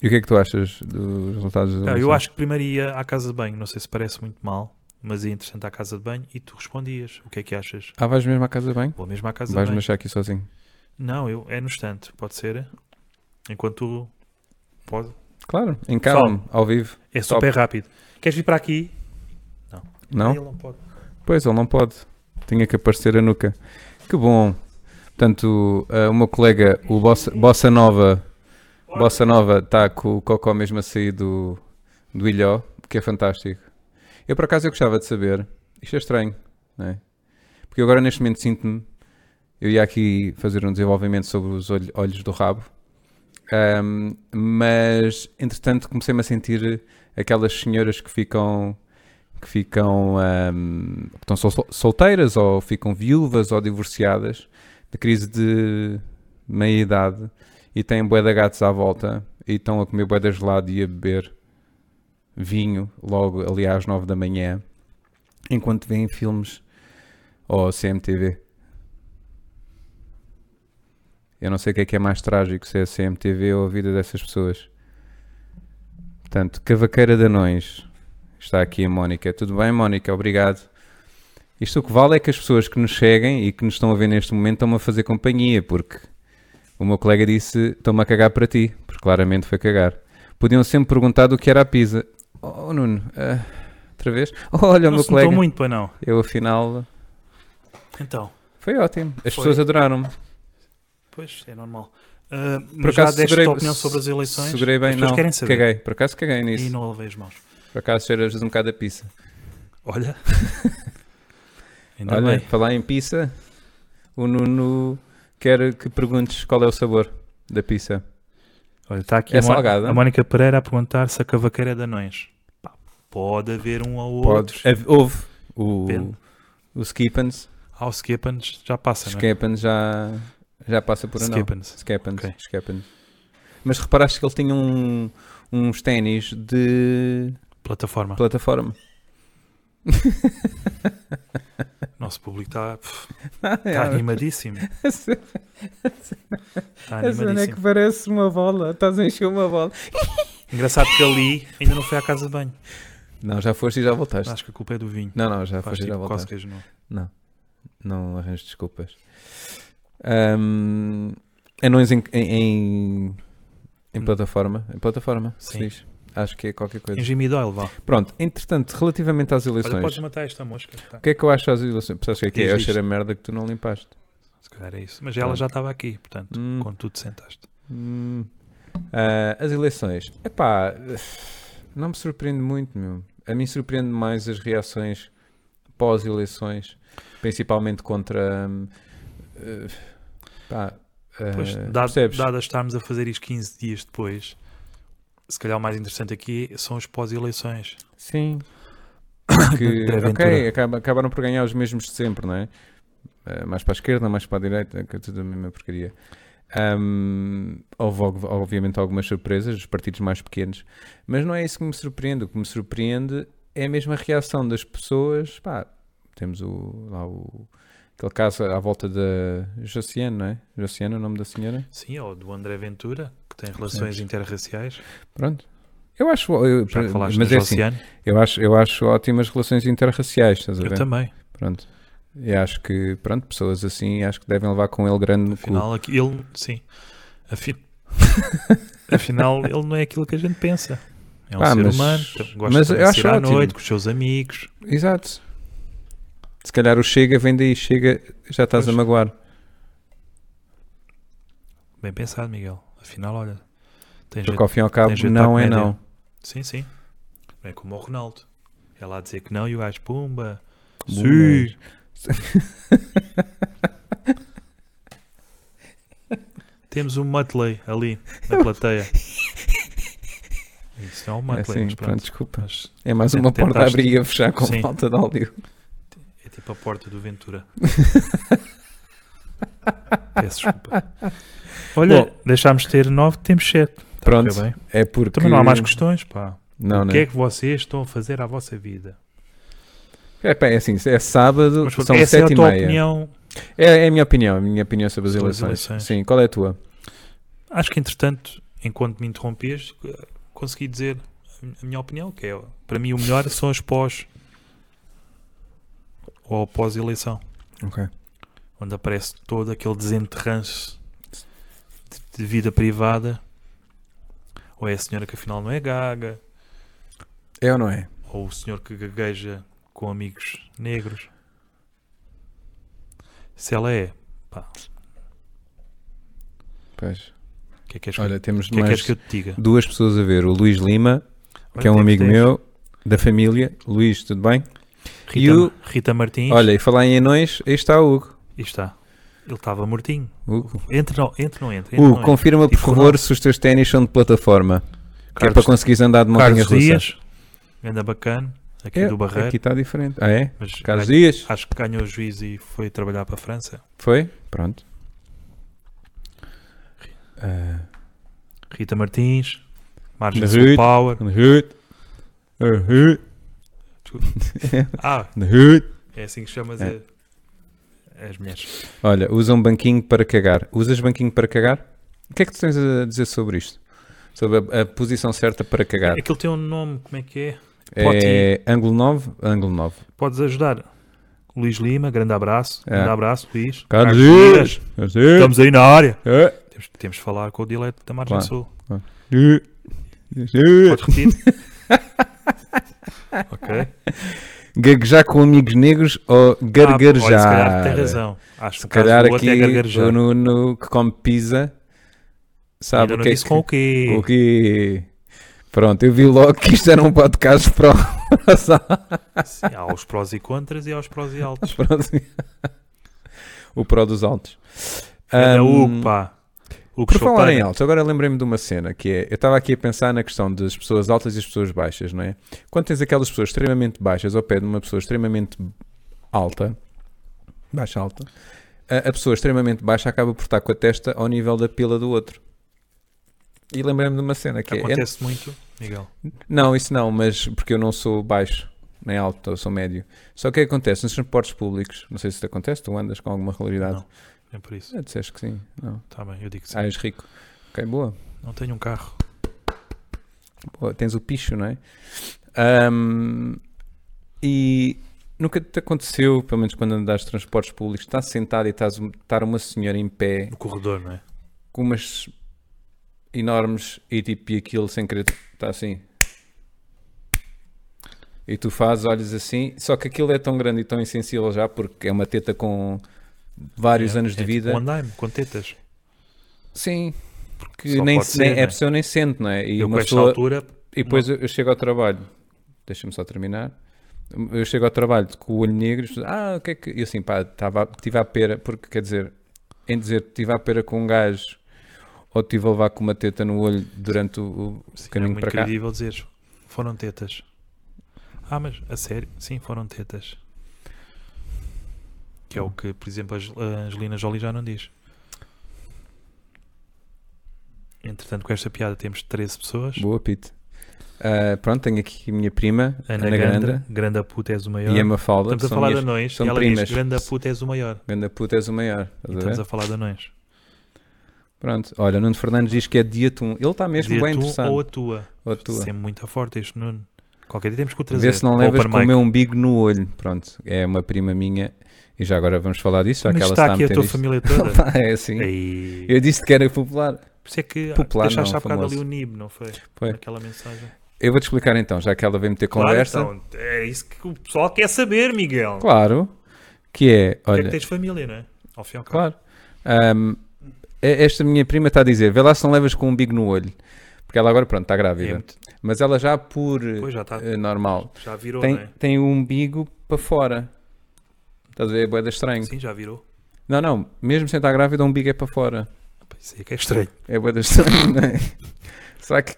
Speaker 1: E o que é que tu achas dos resultados das
Speaker 2: Ah,
Speaker 1: eleições?
Speaker 2: eu acho que primeiro ia à casa de banho. Não sei se parece muito mal, mas ia interessante à casa de banho e tu respondias. O que é que achas?
Speaker 1: Ah, vais mesmo à casa bem?
Speaker 2: Vou mesmo à casa de
Speaker 1: Vais me
Speaker 2: banho.
Speaker 1: deixar aqui sozinho?
Speaker 2: Não, eu, é no instante. Pode ser. Enquanto tu... Pode.
Speaker 1: Claro, em calma, ao vivo.
Speaker 2: É super rápido. Queres vir para aqui?
Speaker 1: Não?
Speaker 2: Ele não pode.
Speaker 1: Pois, ele não pode. Tinha que aparecer a nuca. Que bom. Portanto, eh, o meu colega, o Bossa, Bossa Nova, Bossa Nova está com o Cocó mesmo a sair do, do Ilhó, que é fantástico. Eu, por acaso, eu gostava de saber. Isto é estranho, não é? Porque eu agora, neste momento, sinto-me... Eu ia aqui fazer um desenvolvimento sobre os olho- olhos do rabo. Ahm, mas, entretanto, comecei-me a sentir aquelas senhoras que ficam... que ficam ahm, que estão sol- solteiras ou ficam viúvas ou divorciadas de crise de meia idade e têm bué de gatos à volta e estão a comer bué de gelado e a beber vinho logo ali às nove da manhã enquanto veem filmes ou CMTV. Eu não sei o que é que é mais trágico, se é a CMTV ou a vida dessas pessoas. Portanto, Cavaqueira de Anões. Está aqui a Mónica. Tudo bem, Mónica? Obrigado. Isto o que vale é que as pessoas que nos seguem e que nos estão a ver neste momento estão-me a fazer companhia, porque o meu colega disse: estão-me a cagar para ti, porque claramente foi cagar. Podiam sempre perguntar do que era a pizza. Oh, Nuno, ah, outra vez? [LAUGHS] Oh, olha, o
Speaker 2: não
Speaker 1: meu
Speaker 2: se notou
Speaker 1: colega.
Speaker 2: muito, pois não.
Speaker 1: Eu afinal.
Speaker 2: Então,
Speaker 1: Foi ótimo. As
Speaker 2: Foi.
Speaker 1: pessoas adoraram-me.
Speaker 2: pois, é normal. Ah, mas já deste a tua opinião sobre as eleições
Speaker 1: Segurei bem,
Speaker 2: As pessoas
Speaker 1: não.
Speaker 2: querem saber.
Speaker 1: Caguei. Por acaso caguei nisso.
Speaker 2: e não levei as mãos.
Speaker 1: Por acaso cheiras um bocado a pizza.
Speaker 2: Olha. [LAUGHS] Ainda
Speaker 1: Olha,
Speaker 2: bem.
Speaker 1: falar em pizza, o Nuno quer que perguntes qual é o sabor da pizza.
Speaker 2: Olha, está aqui
Speaker 1: É
Speaker 2: a, Mo-
Speaker 1: salgada?
Speaker 2: a Mónica Pereira a perguntar se a cavaqueira é de anões. Pá, pode haver um ou outro.
Speaker 1: Podes. Hav- Houve o,
Speaker 2: Depende.
Speaker 1: o Skippens.
Speaker 2: Há Ah, o Skippens, já passa, não é?
Speaker 1: Skippens já, já passa por anão.
Speaker 2: Skippens.
Speaker 1: Skippens.
Speaker 2: Ok.
Speaker 1: Skippens. Mas reparaste que ele tinha um- uns ténis de
Speaker 2: Plataforma.
Speaker 1: plataforma.
Speaker 2: Nosso público está pff,
Speaker 1: É,
Speaker 2: está
Speaker 1: [LAUGHS]
Speaker 2: animadíssimo.
Speaker 1: Essa
Speaker 2: Está
Speaker 1: [LAUGHS] é que
Speaker 2: animadíssimo.
Speaker 1: parece uma bola. Estás a encher uma bola.
Speaker 2: Engraçado que ali ainda não foi à casa de banho.
Speaker 1: Não, já foste e já voltaste.
Speaker 2: Acho que a culpa é do vinho.
Speaker 1: Não, não, já
Speaker 2: Faz
Speaker 1: foste e já
Speaker 2: tipo
Speaker 1: voltaste.
Speaker 2: cócegas no-
Speaker 1: Não, não arranjo desculpas. Ahm, anões em, em, em- em
Speaker 2: Hum.
Speaker 1: plataforma. Em plataforma, se
Speaker 2: Sim.
Speaker 1: diz. Acho que é qualquer coisa.
Speaker 2: Em Jimmy Doyle, vá.
Speaker 1: Pronto, entretanto, relativamente às
Speaker 2: Olha,
Speaker 1: eleições.
Speaker 2: podes matar esta mosca. Tá.
Speaker 1: O que é que eu acho às eleições? Pensaste que é que é?
Speaker 2: Diz
Speaker 1: Eu
Speaker 2: isto.
Speaker 1: achei a merda que tu não limpaste.
Speaker 2: Se calhar é isso. Mas ela já estava aqui, portanto,
Speaker 1: Hum,
Speaker 2: quando tu te sentaste.
Speaker 1: hum. Ah, as eleições. Epá, não me surpreende muito, meu. A mim surpreende mais as reações pós-eleições, principalmente contra. hum, eh, pá, eh,
Speaker 2: Pois, dado,
Speaker 1: percebes?
Speaker 2: dado a estarmos a fazer isto 15 dias depois, se calhar o mais interessante aqui são os pós-eleições. [COUGHS]
Speaker 1: Sim.
Speaker 2: De-
Speaker 1: Que,
Speaker 2: de
Speaker 1: ok,
Speaker 2: aventura.
Speaker 1: acaba- acabaram por ganhar os mesmos de sempre, não é? Eh, mais para a esquerda, mais para a direita, que é tudo a mesma porcaria. Ahm, houve, ob- obviamente, algumas surpresas, os partidos mais pequenos, mas não é isso que me surpreende. O que me surpreende é mesmo a reação das pessoas. Pá, temos o, lá o, aquele caso à volta da Josiane, não é? Josiane é o nome da senhora?
Speaker 2: Sim, ou do André Ventura, que tem relações interraciais.
Speaker 1: Pronto. Eu acho. eu-
Speaker 2: Já que falaste
Speaker 1: mas
Speaker 2: mas
Speaker 1: é assim, eu acho, eu acho ótimas relações interraciais, estás a ver?
Speaker 2: eu também.
Speaker 1: Pronto. E acho que, pronto, pessoas assim, acho que devem levar com ele grande no cu.
Speaker 2: Afinal, aqui- ele, sim. Afi-
Speaker 1: [LAUGHS]
Speaker 2: Afinal, ele não é aquilo que a gente pensa. É um
Speaker 1: Ah,
Speaker 2: ser
Speaker 1: mas-
Speaker 2: humano, gosta
Speaker 1: mas
Speaker 2: de
Speaker 1: eu acho
Speaker 2: sair à
Speaker 1: ótimo.
Speaker 2: noite com os seus amigos.
Speaker 1: Exato. Se calhar o Chega vem daí, Chega, já estás
Speaker 2: Pois.
Speaker 1: a magoar.
Speaker 2: Bem pensado, Miguel. Afinal, olha, tens
Speaker 1: Porque ao fim e ao cabo,
Speaker 2: jeito Tá para a
Speaker 1: não é
Speaker 2: comédia.
Speaker 1: não.
Speaker 2: Sim, sim. Não é como o Ronaldo. É lá dizer que não e o gajo, pumba.
Speaker 1: Bumbas.
Speaker 2: Sim. [LAUGHS] Temos um Muttley ali na plateia. Isso não é um
Speaker 1: é
Speaker 2: Muttley,
Speaker 1: assim,
Speaker 2: mas
Speaker 1: pronto,
Speaker 2: pronto.
Speaker 1: desculpa.
Speaker 2: Mas
Speaker 1: É mais
Speaker 2: Tent-
Speaker 1: uma porta a
Speaker 2: tentaste.
Speaker 1: abrir e a fechar com
Speaker 2: Sim.
Speaker 1: falta de áudio.
Speaker 2: é tipo a porta do Ventura. Peço desculpa. Olha, deixámos de ter 9, temos 7.
Speaker 1: Pronto,
Speaker 2: Bem.
Speaker 1: é porque...
Speaker 2: Também não há mais questões, pá.
Speaker 1: Não,
Speaker 2: o
Speaker 1: não.
Speaker 2: que é
Speaker 1: É,
Speaker 2: que vocês estão a fazer à vossa vida?
Speaker 1: pá, é assim, é sábado,
Speaker 2: Mas, pronto,
Speaker 1: são
Speaker 2: essa é a
Speaker 1: sete e
Speaker 2: tua
Speaker 1: meia.
Speaker 2: opinião
Speaker 1: É, é a minha opinião, a minha opinião sobre as
Speaker 2: Sobre as
Speaker 1: eleições.
Speaker 2: eleições.
Speaker 1: Sim, qual é a tua?
Speaker 2: Acho que, entretanto, enquanto me interrompias, eh, consegui dizer a minha opinião, que é, para mim, o melhor são as pós ou pós-eleição,
Speaker 1: Ok.
Speaker 2: onde aparece todo aquele desenterranço de, de vida privada, ou é a senhora que afinal não é gaga,
Speaker 1: É ou não é?
Speaker 2: ou o senhor que gagueja com amigos negros. Se ela é,
Speaker 1: Pois.
Speaker 2: o que é que és que,
Speaker 1: Olha, temos
Speaker 2: o que, é que,
Speaker 1: mais
Speaker 2: és que eu te diga?
Speaker 1: duas pessoas a ver. O Luís Lima, que é um
Speaker 2: Olha,
Speaker 1: amigo
Speaker 2: tens-
Speaker 1: meu, da família. Luís, tudo bem?
Speaker 2: Rita,
Speaker 1: e o-
Speaker 2: Rita Martins,
Speaker 1: Olha, e falar em anões, aí está o Hugo.
Speaker 2: e está. Ele estava mortinho.
Speaker 1: Hugo,
Speaker 2: Entra, não, entra, não entra. entra,
Speaker 1: Hugo,
Speaker 2: não entra.
Speaker 1: confirma por
Speaker 2: Tipo,
Speaker 1: favor se os teus ténis são de plataforma. que é
Speaker 2: Carlos-
Speaker 1: para conseguires andar de montanha
Speaker 2: Carlos
Speaker 1: russa.
Speaker 2: Dias, anda bacana. aqui do Barreiro.
Speaker 1: É, Aqui está diferente. Ah, é?
Speaker 2: Mas
Speaker 1: Carlos
Speaker 2: ganha-
Speaker 1: Dias?
Speaker 2: acho que ganhou o juiz e foi trabalhar para a França.
Speaker 1: Foi? Pronto. Ah,
Speaker 2: Rita Martins, Margem
Speaker 1: Mas
Speaker 2: Sul
Speaker 1: Rita-
Speaker 2: Power.
Speaker 1: Na hood. Na hood.
Speaker 2: Ah,
Speaker 1: Na hood.
Speaker 2: é assim que chamas
Speaker 1: É.
Speaker 2: a- as mulheres.
Speaker 1: Olha, usa um banquinho para cagar. Usas banquinho para cagar? O que é que tu tens a dizer sobre isto? Sobre a, a posição certa para cagar.
Speaker 2: Aquilo tem um nome, como é que é?
Speaker 1: É ângulo 9, ângulo 9.
Speaker 2: Podes ajudar. Luís Lima, grande abraço.
Speaker 1: É.
Speaker 2: Grande abraço, Luís.
Speaker 1: Carlos
Speaker 2: Dias,
Speaker 1: Dias. É. Estamos-
Speaker 2: Estamos aí na área. Temos, temos de falar com o dialeto da Margem
Speaker 1: Claro.
Speaker 2: Sul.
Speaker 1: É.
Speaker 2: Podes
Speaker 1: [LAUGHS]
Speaker 2: repetir? ok.
Speaker 1: Gaguejar com amigos negros ou gargarejar?
Speaker 2: Ah, olha, se calhar tem razão. Acho que
Speaker 1: Se
Speaker 2: no caso
Speaker 1: calhar
Speaker 2: do outro é
Speaker 1: aqui
Speaker 2: gargarejar.
Speaker 1: o Nuno que come pizza sabe
Speaker 2: Ainda
Speaker 1: o
Speaker 2: não
Speaker 1: que é
Speaker 2: disse com
Speaker 1: [LAUGHS]
Speaker 2: o
Speaker 1: que...
Speaker 2: quê?
Speaker 1: O que... Pronto, eu vi logo que isto era um podcast [LAUGHS] para o
Speaker 2: Sim, há os prós e contras e há os prós e altos.
Speaker 1: Próximo. o Pro dos Altos.
Speaker 2: Olha
Speaker 1: Ahm,
Speaker 2: Hugo, pá. Hugo
Speaker 1: Hum, por falar em
Speaker 2: Chopeira.
Speaker 1: altos, agora lembrei-me de uma cena que é. Eu estava aqui a pensar na questão das pessoas altas e as pessoas baixas, não é? Quando tens aquelas pessoas extremamente baixas ao pé de uma pessoa extremamente alta, baixa alta, a, a pessoa extremamente baixa acaba por estar com a testa ao nível da pila do outro. E lembrei-me de uma cena que é.
Speaker 2: Acontece muito, Miguel.
Speaker 1: Não, isso não, mas porque eu não sou baixo, nem alto, eu sou médio. Só que o que acontece nos transportes públicos, não sei se te acontece, tu andas com alguma regularidade.
Speaker 2: Não. É por isso.
Speaker 1: Ah, disseste que sim. Não.
Speaker 2: Tá bem, eu digo que sim.
Speaker 1: Ah, és rico. Ok, boa.
Speaker 2: Não tenho um carro.
Speaker 1: Boa, Tens o picho, não é? Ahm, e nunca te aconteceu, pelo menos quando andas nos transportes públicos, estás sentado e estás um, estar uma senhora em pé
Speaker 2: No corredor, não é?
Speaker 1: com umas enormes e tipo e aquilo sem querer está assim. E tu fazes, olhas assim, só que aquilo é tão grande e tão insensível já porque é uma teta com vários
Speaker 2: É-
Speaker 1: anos
Speaker 2: é
Speaker 1: de
Speaker 2: tipo
Speaker 1: vida.
Speaker 2: Um andaime, com tetas.
Speaker 1: Sim, porque
Speaker 2: Só
Speaker 1: nem,
Speaker 2: pode
Speaker 1: se-
Speaker 2: ser,
Speaker 1: nem-
Speaker 2: né?
Speaker 1: a pessoa nem sente, não é? E
Speaker 2: eu
Speaker 1: uma
Speaker 2: com esta
Speaker 1: pessoa-
Speaker 2: altura,
Speaker 1: e depois eu, eu chego ao trabalho, deixa-me só terminar. Eu chego ao trabalho com o olho negro e as pessoas, ah, o que é que. E eu assim, pá, tava, a- tive a pera, porque quer dizer, em dizer tive a pera com um gajo ou tive a levar com uma teta no olho durante o, o
Speaker 2: sim, é
Speaker 1: caminho
Speaker 2: muito
Speaker 1: para cá.
Speaker 2: credível dizer foram tetas. Ah, mas a sério? Sim, foram tetas. Que é
Speaker 1: Hum.
Speaker 2: o que, por exemplo, a Angel- a Angelina Jolie já não diz. Entretanto, com esta piada temos 13 pessoas.
Speaker 1: Boa, Pete. Ah, pronto, tenho aqui a minha prima,
Speaker 2: Ana,
Speaker 1: Ana,
Speaker 2: Gandra,
Speaker 1: Grande,
Speaker 2: grande puta és o maior.
Speaker 1: e a Mafalda.
Speaker 2: Estamos
Speaker 1: que
Speaker 2: a
Speaker 1: são
Speaker 2: falar de
Speaker 1: minhas-
Speaker 2: anões
Speaker 1: são
Speaker 2: e ela
Speaker 1: primas.
Speaker 2: diz grande puta és o maior.
Speaker 1: Ganda puta, és o maior. estás a
Speaker 2: E
Speaker 1: ver?
Speaker 2: estamos a falar de anões.
Speaker 1: Pronto, olha, Nuno Fernandes diz que é de atum. Ele está mesmo
Speaker 2: Dizia
Speaker 1: bem
Speaker 2: tu
Speaker 1: interessante.
Speaker 2: ou a tua.
Speaker 1: Ou a tua.
Speaker 2: Sempre muito forte este Nuno. Qualquer dia temos que o trazer.
Speaker 1: Vê se não
Speaker 2: para o
Speaker 1: levas
Speaker 2: open
Speaker 1: com o
Speaker 2: mic.
Speaker 1: meu umbigo no olho. Pronto, é uma prima minha. E já agora vamos falar disso, já
Speaker 2: Mas
Speaker 1: que ela
Speaker 2: está
Speaker 1: está,
Speaker 2: aqui a,
Speaker 1: meter
Speaker 2: tua
Speaker 1: isto.
Speaker 2: família
Speaker 1: [LAUGHS]
Speaker 2: toda.
Speaker 1: É assim.
Speaker 2: Ei.
Speaker 1: Eu disse que era popular.
Speaker 2: Por isso é que
Speaker 1: Popular
Speaker 2: deixaste
Speaker 1: não,
Speaker 2: há bocado
Speaker 1: famoso.
Speaker 2: ali o nib, não foi?
Speaker 1: Foi.
Speaker 2: Naquela mensagem.
Speaker 1: Eu vou-te explicar então, já que ela veio meter conversa. Claro,
Speaker 2: Claro, então, é isso que o pessoal quer saber, Miguel.
Speaker 1: que é,
Speaker 2: Porque é
Speaker 1: olha,
Speaker 2: que tens família, não é? Ao fim e ao cabo.
Speaker 1: claro. Ahm, e- esta minha prima está a dizer, vê lá se não levas com o umbigo no olho. Porque ela agora, pronto, está
Speaker 2: É
Speaker 1: grávida.
Speaker 2: muito-
Speaker 1: Mas ela já por eh,
Speaker 2: Pois já está.
Speaker 1: eh, normal,
Speaker 2: Já virou, não
Speaker 1: tem,
Speaker 2: é?
Speaker 1: tem o umbigo para fora. Estás a ver? É boeda estranho.
Speaker 2: Sim, já virou.
Speaker 1: Não, não, mesmo sem estar grávida, o umbigo é para fora.
Speaker 2: Pá, Isso aí que é estranho.
Speaker 1: É boa estranho, [LAUGHS] não é? Será que.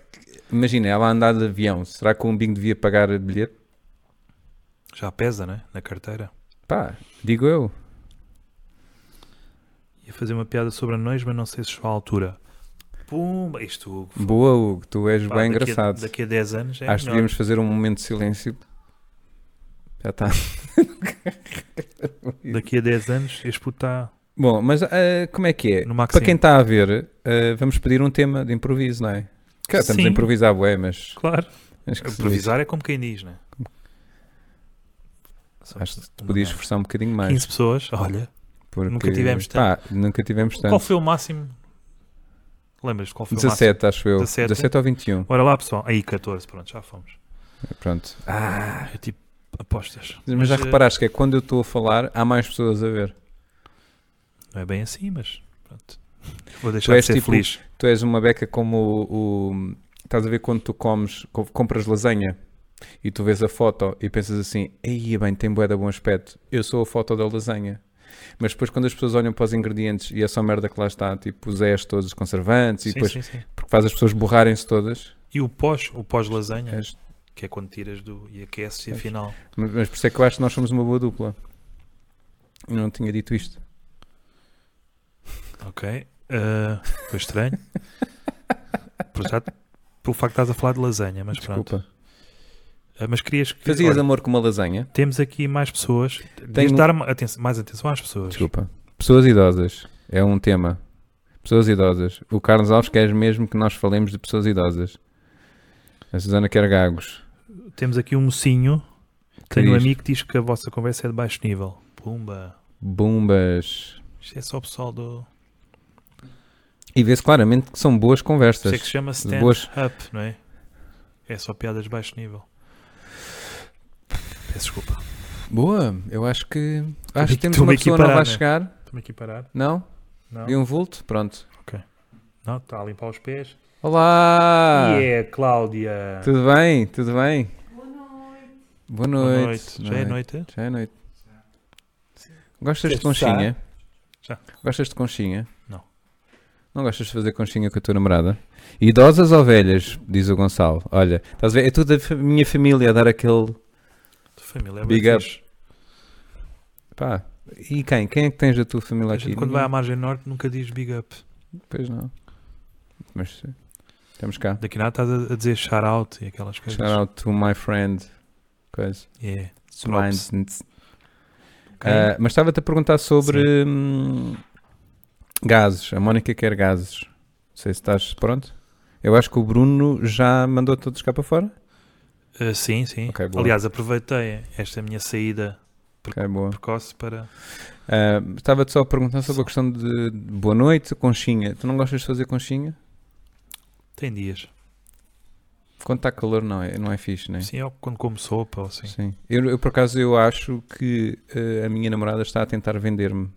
Speaker 1: Imagina, ela a andar de avião, será que o umbingo devia pagar bilhete?
Speaker 2: Já pesa, não é? Na carteira.
Speaker 1: Pá, digo eu.
Speaker 2: Ia fazer uma piada sobre anões, mas não sei se chegou à altura. Pumba, isto Hugo, foi-
Speaker 1: Boa, Hugo, tu és
Speaker 2: pá,
Speaker 1: bem
Speaker 2: daqui a-
Speaker 1: engraçado.
Speaker 2: Daqui a 10 anos é
Speaker 1: Acho que
Speaker 2: melhor.
Speaker 1: devíamos fazer um momento de silêncio. Já está. [LAUGHS]
Speaker 2: Daqui a 10 anos este puto está
Speaker 1: Bom, mas ah, como é que é?
Speaker 2: no máximo.
Speaker 1: Para quem está a ver, ah, vamos pedir um tema de improviso, não é? Cá, estamos
Speaker 2: Sim.
Speaker 1: a improvisar, bué, mas.
Speaker 2: Claro.
Speaker 1: Acho que, se-
Speaker 2: Improvisar é como quem diz, né? Só-
Speaker 1: acho que te podias esforçar um bocadinho mais.
Speaker 2: 15 pessoas, olha.
Speaker 1: porque,
Speaker 2: nunca tivemos
Speaker 1: pá, nunca tivemos
Speaker 2: Qual
Speaker 1: tanto.
Speaker 2: foi o máximo? Lembras-te qual foi o né? máximo?
Speaker 1: 17, acho eu.
Speaker 2: 17,
Speaker 1: 17 ou 21.
Speaker 2: Ora lá, pessoal. Aí 14, pronto, já fomos.
Speaker 1: Pronto.
Speaker 2: Ah, eu tipo apostas.
Speaker 1: Mas já
Speaker 2: eh,
Speaker 1: reparaste que é quando eu estou a falar, há mais pessoas a ver.
Speaker 2: Não é bem assim, mas pronto. Vou
Speaker 1: Tu
Speaker 2: deixar de
Speaker 1: és
Speaker 2: ser
Speaker 1: tipo-
Speaker 2: feliz.
Speaker 1: Tu és uma beca como o, o- Estás a ver quando tu comes, co- compras lasanha e tu vês a foto e pensas assim: aí bem, tem boeda bom aspecto. Eu sou a foto da lasanha. Mas depois, quando as pessoas olham para os ingredientes e é só merda que lá está, tipo os és todos, os conservantes, e
Speaker 2: Sim,
Speaker 1: depois
Speaker 2: sim, sim.
Speaker 1: porque faz as pessoas borrarem-se todas,
Speaker 2: E o pós, o pós-lasanha,
Speaker 1: és
Speaker 2: que é quando tiras do e aqueces e afinal.
Speaker 1: Mas, mas por isso é que eu acho que nós somos uma boa dupla. Eu não tinha dito isto.
Speaker 2: Ok. ah, foi
Speaker 1: [LAUGHS]
Speaker 2: estranho. Por já- pelo facto de estás a falar de lasanha, mas pronto.
Speaker 1: Desculpa.
Speaker 2: Ah, mas querias que.
Speaker 1: Fazias
Speaker 2: olha,
Speaker 1: amor com uma lasanha?
Speaker 2: Temos aqui mais pessoas. Devias
Speaker 1: Tenho-
Speaker 2: dar ma- atenção- mais atenção às pessoas.
Speaker 1: Desculpa. Pessoas idosas. É um tema. Pessoas idosas. O Carlos Alves quer mesmo que nós falemos de pessoas idosas. A Susana quer gagos.
Speaker 2: Temos aqui um mocinho.
Speaker 1: Que
Speaker 2: Tenho um
Speaker 1: diz,
Speaker 2: amigo que diz que a vossa conversa é de baixo nível. Pumba.
Speaker 1: Bombas.
Speaker 2: Isto é só o pessoal do.
Speaker 1: E vê-se claramente que são boas
Speaker 2: Isto é que se
Speaker 1: conversas.
Speaker 2: chama stand
Speaker 1: boas-
Speaker 2: up, não é? É só piadas de baixo nível. Peço desculpa.
Speaker 1: Boa. Eu acho que. Acho que
Speaker 2: aqui-
Speaker 1: temos
Speaker 2: estou-me
Speaker 1: uma
Speaker 2: aqui
Speaker 1: pessoa
Speaker 2: parar,
Speaker 1: nova a
Speaker 2: né?
Speaker 1: chegar.
Speaker 2: Estou-me aqui parar.
Speaker 1: Não?
Speaker 2: Não,
Speaker 1: Vi um vulto? Pronto.
Speaker 2: não, está a limpar os pés.
Speaker 1: Olá!
Speaker 2: E é a Cláudia.
Speaker 1: Tudo bem? Tudo bem? Boa noite.
Speaker 2: Boa noite. Já é noite?
Speaker 1: Já é noite. Gostas de
Speaker 2: Quer estar?
Speaker 1: conchinha?
Speaker 2: Já.
Speaker 1: Gostas de conchinha?
Speaker 2: Não.
Speaker 1: Não gostas de fazer conchinha com a tua namorada? Idosas ou velhas? Diz o Gonçalo. Olha, estás a ver? É tudo a fa- minha família a dar aquele.
Speaker 2: Tua família é
Speaker 1: Big
Speaker 2: bem
Speaker 1: up.
Speaker 2: fixe.
Speaker 1: Pá. E quem? Quem é que tens da tua família
Speaker 2: A
Speaker 1: aqui?
Speaker 2: gente quando vai à
Speaker 1: Ninguém?
Speaker 2: margem norte nunca diz big up.
Speaker 1: Pois não. Mas eh, estamos cá.
Speaker 2: Daqui nada estás a- a dizer shout out e aquelas coisas.
Speaker 1: Shout out to my friend. Coisa.
Speaker 2: Yeah.
Speaker 1: Minds.
Speaker 2: Quem?
Speaker 1: Ah, mas estava-te a perguntar sobre hum, gases. A Mónica quer gases. Não sei se estás pronto. Eu acho que o Bruno já mandou todos cá para fora.
Speaker 2: Ah, sim, sim.
Speaker 1: Ok, boa.
Speaker 2: Aliás, aproveitei esta minha saída
Speaker 1: Ok, boa.
Speaker 2: precoce para.
Speaker 1: Ah, estava-te só a perguntar sobre a questão de de boa noite, conchinha. Tu não gostas de fazer conchinha?
Speaker 2: Tem dias.
Speaker 1: Quando está calor não é, não é fixe, não é?
Speaker 2: Sim, ou quando como sopa, ou assim.
Speaker 1: Sim. Eu, eu, por acaso eu acho que eh, a minha namorada está a tentar vender-me.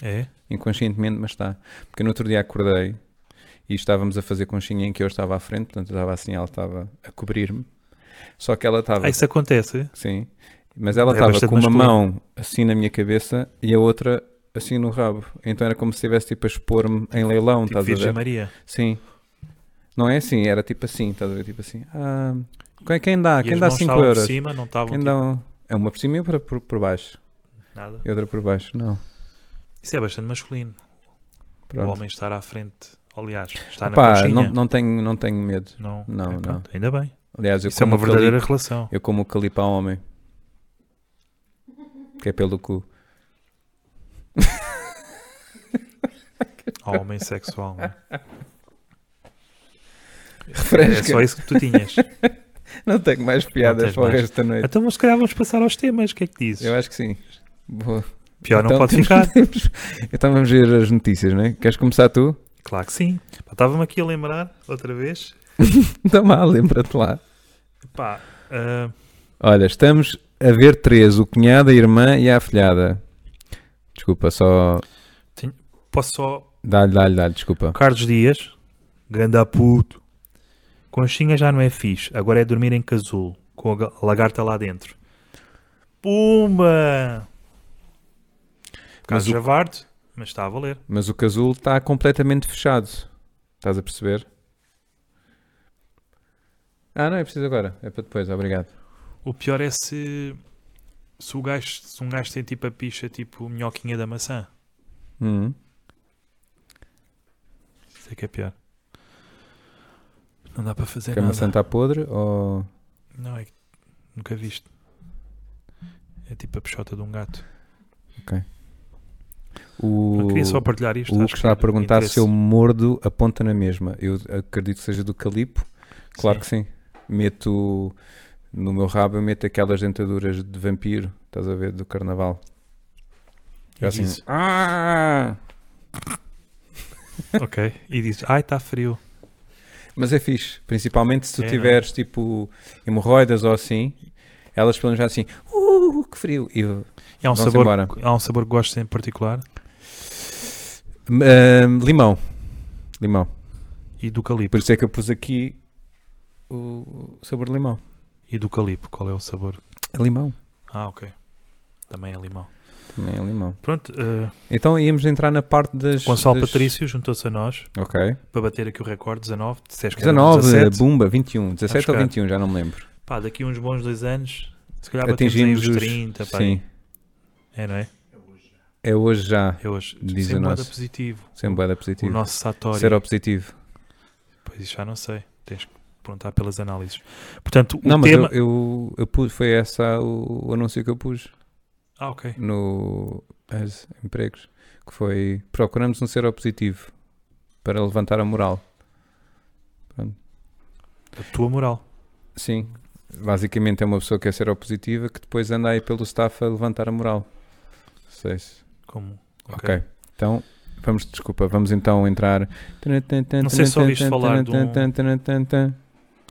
Speaker 2: É?
Speaker 1: inconscientemente, mas está. Porque no outro dia acordei e estávamos a fazer conchinha em que eu estava à frente, portanto eu estava assim, ela estava a cobrir-me. Só que ela estava,
Speaker 2: Ah, isso acontece.
Speaker 1: sim, mas ela
Speaker 2: É
Speaker 1: estava
Speaker 2: bastante
Speaker 1: com uma
Speaker 2: masculino.
Speaker 1: mão assim na minha cabeça e a outra assim no rabo. Então era como se estivesse tipo a expor-me em leilão,
Speaker 2: Tipo
Speaker 1: estás a
Speaker 2: Virgem
Speaker 1: ver?
Speaker 2: Maria.
Speaker 1: Sim. Não é assim, era tipo assim, estás a ver? Tipo assim, ah, quem, quem dá?
Speaker 2: E
Speaker 1: Ah, quem
Speaker 2: as
Speaker 1: dá
Speaker 2: mãos
Speaker 1: 5
Speaker 2: estavam
Speaker 1: euros?
Speaker 2: por cima, não estavam
Speaker 1: Quem
Speaker 2: tipo,
Speaker 1: dá um... É uma por cima e outra por, por baixo.
Speaker 2: nada.
Speaker 1: E outra por baixo, não.
Speaker 2: Isso é bastante masculino. O
Speaker 1: Pronto.
Speaker 2: homem estar à frente, aliás, estar
Speaker 1: Pá,
Speaker 2: na coxinha.
Speaker 1: não, não, tenho, não tenho medo.
Speaker 2: Não,
Speaker 1: Não,
Speaker 2: é,
Speaker 1: não.
Speaker 2: pronto, Ainda bem.
Speaker 1: Aliás, eu
Speaker 2: Isso é
Speaker 1: como
Speaker 2: uma
Speaker 1: o
Speaker 2: verdadeira
Speaker 1: calipo-
Speaker 2: relação.
Speaker 1: Eu como o calipa homem. Que é pelo cu.
Speaker 2: Ao homem sexual.
Speaker 1: [LAUGHS]
Speaker 2: não é? [LAUGHS] É
Speaker 1: Refresca.
Speaker 2: só isso que tu
Speaker 1: [LAUGHS]
Speaker 2: tinhas.
Speaker 1: Não tenho mais piadas
Speaker 2: tens
Speaker 1: para o
Speaker 2: mais.
Speaker 1: resto da noite.
Speaker 2: então, mas se calhar vamos passar aos temas. O que é que dizes?
Speaker 1: Eu acho que sim. Boa.
Speaker 2: Pior não
Speaker 1: Então
Speaker 2: pode
Speaker 1: temos-
Speaker 2: ficar.
Speaker 1: temos- então vamos ver as notícias, não é? Queres começar tu? [LAUGHS]
Speaker 2: Claro que sim. Pá, Estava-me aqui a lembrar outra vez.
Speaker 1: Então mal, lembra-te lá.
Speaker 2: Pá, ah,
Speaker 1: Olha, estamos a ver três: o cunhado, a irmã e a afilhada. Desculpa, só.
Speaker 2: posso só.
Speaker 1: Dá-lhe, dá-lhe, dá-lhe, desculpa.
Speaker 2: Carlos Dias, ganda puto. Conchinha já não é fixe. Agora é dormir em casulo, com a ga- lagarta lá dentro. Pumba!
Speaker 1: Mas
Speaker 2: Caso
Speaker 1: o-
Speaker 2: Javarde, mas está a valer.
Speaker 1: Mas o casulo está completamente fechado. Estás a perceber? Ah, não, é preciso agora. É para depois, obrigado.
Speaker 2: O pior é se, se, o gajo, se um gajo tem tipo a picha, tipo minhoquinha da maçã.
Speaker 1: Uhum.
Speaker 2: Isso é que é pior. Não dá para fazer
Speaker 1: Que a maçã tá-
Speaker 2: nada.
Speaker 1: está podre ou.
Speaker 2: Não, é que nunca viste. É tipo a pichota de um gato.
Speaker 1: O,
Speaker 2: Eu queria só partilhar isto.
Speaker 1: o
Speaker 2: acho
Speaker 1: que está a perguntar se eu mordo a ponta na mesma. Eu acredito que seja do calipo. Claro que sim. Meto no meu rabo, eu meto aquelas dentaduras de vampiro, estás a ver, do carnaval.
Speaker 2: E
Speaker 1: É assim.
Speaker 2: diz-
Speaker 1: "Ah!" é-
Speaker 2: ok. E diz, ai, está frio.
Speaker 1: Mas é fixe, principalmente se tu
Speaker 2: É, não é?
Speaker 1: tiveres tipo hemorroidas ou assim, elas falam já assim, uh, que frio. E eu,
Speaker 2: E há um,
Speaker 1: Vão-se
Speaker 2: sabor,
Speaker 1: embora.
Speaker 2: há um sabor que gostes em particular
Speaker 1: "Ahm, limão. Limão.
Speaker 2: e do calipo.
Speaker 1: Por isso é que eu pus aqui o o sabor de limão.
Speaker 2: E do calipo, qual é o sabor?
Speaker 1: É limão.
Speaker 2: Ah, ok. Também é limão.
Speaker 1: Também é limão.
Speaker 2: Pronto, eh,
Speaker 1: Então íamos entrar na parte das.
Speaker 2: Gonçalo
Speaker 1: das...
Speaker 2: Patrício juntou-se a nós
Speaker 1: Ok.
Speaker 2: para bater aqui o recorde, 19. Disseste que
Speaker 1: 19,
Speaker 2: 19, 17.
Speaker 1: Bumba, 21. 17 ou
Speaker 2: buscar.
Speaker 1: 21, já não me lembro.
Speaker 2: Pá, daqui uns bons dois anos, se calhar batemos aí
Speaker 1: Atingimos
Speaker 2: os 30, pá.
Speaker 1: Sim,
Speaker 2: É, não é?
Speaker 1: é hoje já.
Speaker 2: Eu hoje,
Speaker 1: Diz
Speaker 2: sem
Speaker 1: o
Speaker 2: moeda
Speaker 1: nosso-
Speaker 2: positivo.
Speaker 1: Sem boeda
Speaker 2: O
Speaker 1: positivo.
Speaker 2: nosso Satori.
Speaker 1: Ser positivo.
Speaker 2: Pois isso já não sei. Tens que perguntar pelas análises. Portanto, o
Speaker 1: Não, mas
Speaker 2: tema.
Speaker 1: eu, eu, eu pus, foi essa o, o anúncio que eu pus
Speaker 2: Ah, ok.
Speaker 1: no as empregos, que foi procuramos um ser positivo para levantar a moral.
Speaker 2: A tua moral.
Speaker 1: Sim, basicamente é uma pessoa que é ser positiva que depois anda aí pelo staff a levantar a moral. Não sei se-
Speaker 2: Como.
Speaker 1: Ok. Então, vamos, desculpa, vamos então entrar. Não
Speaker 2: sei se ouviste falar de um-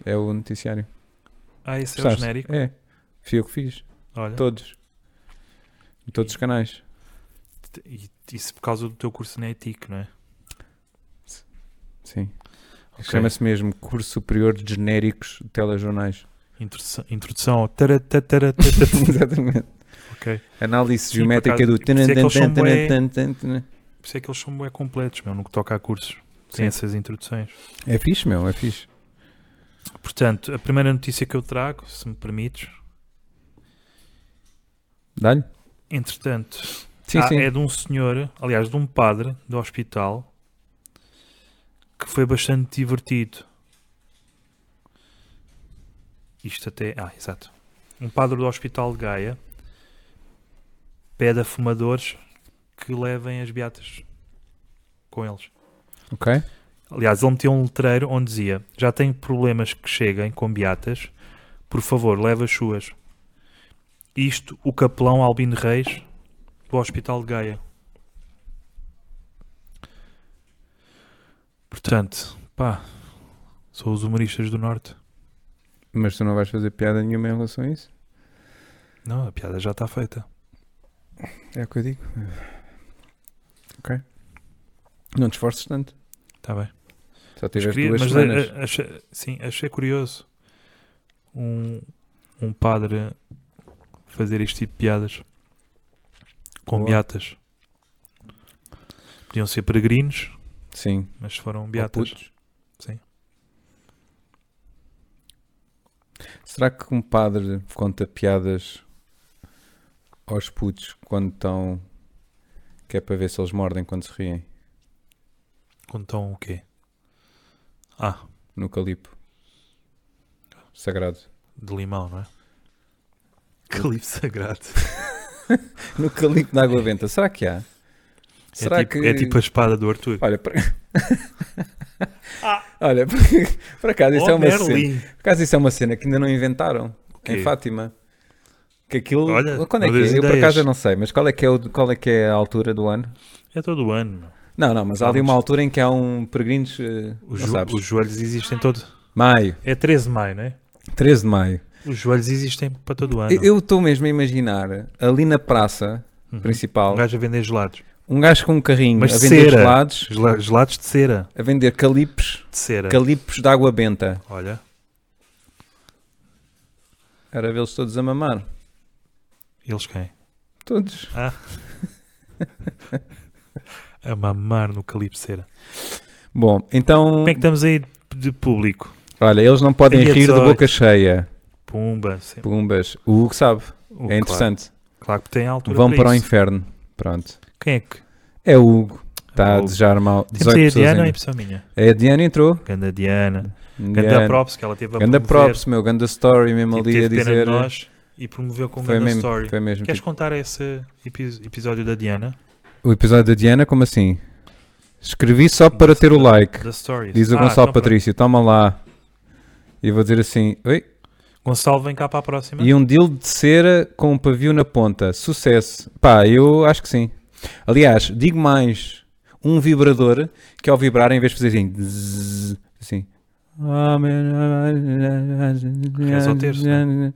Speaker 1: É o noticiário.
Speaker 2: Ah, esse é o
Speaker 1: Gostaste?
Speaker 2: genérico.
Speaker 1: É. Fui eu que fiz.
Speaker 2: Olha.
Speaker 1: Todos. Em todos os canais.
Speaker 2: E isso por causa do teu curso na ETIC, não é?
Speaker 1: Sim.
Speaker 2: Ok.
Speaker 1: Chama-se mesmo Curso Superior de Genéricos de Telejornais.
Speaker 2: [LAUGHS] Introdução. introdução ao tara, tara, tara, tara, tara.
Speaker 1: Exatamente.
Speaker 2: ok.
Speaker 1: Análise
Speaker 2: Sim, por
Speaker 1: geométrica
Speaker 2: acaso,
Speaker 1: do.
Speaker 2: por isso é que eles são bué-
Speaker 1: tan, tan, tan.
Speaker 2: Por isso é que eles são bem completos, meu, no que toca a cursos.
Speaker 1: Sim.
Speaker 2: Tem essas introduções.
Speaker 1: É fixe, meu, é fixe.
Speaker 2: Portanto, a primeira notícia que eu trago, se me permites.
Speaker 1: Dá-lhe?
Speaker 2: Entretanto,
Speaker 1: Sim,
Speaker 2: Ah,
Speaker 1: sim.
Speaker 2: É de um senhor, aliás, de um padre do hospital, que foi bastante divertido. Isto até. Ah, exato. Um padre do hospital de Gaia pede a fumadores que levem as beatas com eles.
Speaker 1: Ok.
Speaker 2: Aliás, ele meteu um letreiro onde dizia: Já tenho problemas que cheguem com beatas, por favor, leva as suas. Isto o capelão Albino Reis do Hospital de Gaia. Portanto, pá, sou os humoristas do Norte.
Speaker 1: Mas tu não vais fazer piada nenhuma em relação a isso?
Speaker 2: Não, a piada já está feita.
Speaker 1: É o que eu digo. Ok. Não te esforces tanto.
Speaker 2: Está bem.
Speaker 1: Só
Speaker 2: Mas
Speaker 1: tiveste
Speaker 2: queria-
Speaker 1: duas
Speaker 2: mas, eh,
Speaker 1: semanas.
Speaker 2: a- a- achei- sim, achei curioso um, um padre fazer este tipo de piadas com
Speaker 1: Boa.
Speaker 2: beatas. Podiam ser peregrinos,
Speaker 1: Sim.
Speaker 2: mas foram beatas.
Speaker 1: putos.
Speaker 2: Sim.
Speaker 1: Será que um padre conta piadas aos putos quando estão. que é para ver se eles mordem quando se riem?
Speaker 2: Com tom o quê?
Speaker 1: No calipo. Sagrado.
Speaker 2: De
Speaker 1: [LAUGHS]
Speaker 2: limão, não é? Calipo sagrado.
Speaker 1: No calipo da água benta. Será que há? Será
Speaker 2: é, tipo, é tipo a espada do Arthur.
Speaker 1: Olha,
Speaker 2: [LAUGHS]
Speaker 1: por... Olha, [LAUGHS] por- por acaso isso é
Speaker 2: Ah. Oh,
Speaker 1: uma cena.
Speaker 2: Merlin!
Speaker 1: Por acaso isso é uma cena que ainda não inventaram
Speaker 2: quê?
Speaker 1: em Fátima. Que aquilo.
Speaker 2: Olha,
Speaker 1: quando é
Speaker 2: uma
Speaker 1: que é?
Speaker 2: das
Speaker 1: Eu por
Speaker 2: ideias.
Speaker 1: acaso eu não sei, mas qual é, que é o- qual é que é a altura do ano?
Speaker 2: É todo o ano. meu.
Speaker 1: Não, não, mas há ali
Speaker 2: Vamos.
Speaker 1: uma altura em que há um peregrinos. eh,
Speaker 2: Os,
Speaker 1: não
Speaker 2: jo-
Speaker 1: sabes.
Speaker 2: os joelhos existem todo.
Speaker 1: Maio,
Speaker 2: É 13 de maio, não é?
Speaker 1: 13 de maio.
Speaker 2: Os joelhos existem para todo o ano.
Speaker 1: Eu- Eu estou mesmo a imaginar ali na praça
Speaker 2: Uhum.
Speaker 1: principal
Speaker 2: Um gajo a vender gelados.
Speaker 1: um gajo com um carrinho
Speaker 2: Mas
Speaker 1: a vender
Speaker 2: cera.
Speaker 1: gelados,
Speaker 2: Gela- Gelados de cera.
Speaker 1: a vender calipos,
Speaker 2: De cera.
Speaker 1: calipos de água benta.
Speaker 2: Olha.
Speaker 1: Era vê-los todos a mamar.
Speaker 2: Eles quem?
Speaker 1: Todos.
Speaker 2: A mamar no calipo cera.
Speaker 1: Bom, então.
Speaker 2: Como é que estamos aí de público?
Speaker 1: Olha, eles não podem
Speaker 2: Dia
Speaker 1: rir de
Speaker 2: 18.
Speaker 1: boca cheia.
Speaker 2: Pumba. se-
Speaker 1: Pumbas. O Hugo sabe.
Speaker 2: Oh,
Speaker 1: é interessante.
Speaker 2: Claro, claro que tem altura
Speaker 1: Vão
Speaker 2: para,
Speaker 1: para o
Speaker 2: isso.
Speaker 1: inferno. Pronto.
Speaker 2: Quem é que?
Speaker 1: É o Hugo. Está a
Speaker 2: Hugo.
Speaker 1: desejar mal.
Speaker 2: Temos
Speaker 1: 18
Speaker 2: aí a
Speaker 1: pessoas
Speaker 2: Diana ou é
Speaker 1: ainda.
Speaker 2: pessoa minha?
Speaker 1: É, a Diana entrou.
Speaker 2: Ganda Diana. Ganda
Speaker 1: Diana.
Speaker 2: props que ela teve a
Speaker 1: Ganda
Speaker 2: promover.
Speaker 1: props, meu. Ganda story mesmo
Speaker 2: Tipo,
Speaker 1: ali a
Speaker 2: teve pena de
Speaker 1: dizer. né?
Speaker 2: nós e promoveu com
Speaker 1: Foi
Speaker 2: ganda
Speaker 1: mesmo.
Speaker 2: story.
Speaker 1: Foi mesmo.
Speaker 2: Queres contar esse epi- episódio da Diana?
Speaker 1: O episódio da Diana, como assim? Escrevi só para ter o like.
Speaker 2: Da story.
Speaker 1: Diz o
Speaker 2: Ah,
Speaker 1: Gonçalo
Speaker 2: então pronto.
Speaker 1: Patrício. Toma lá. E vou dizer assim. Oi?
Speaker 2: Gonçalo vem cá para a próxima.
Speaker 1: E um deal de cera com um pavio na ponta. Sucesso. Pá, eu acho que sim. Aliás, digo mais. Um vibrador que ao vibrar, em vez de fazer assim... zzz, assim.
Speaker 2: Reza o terço, é?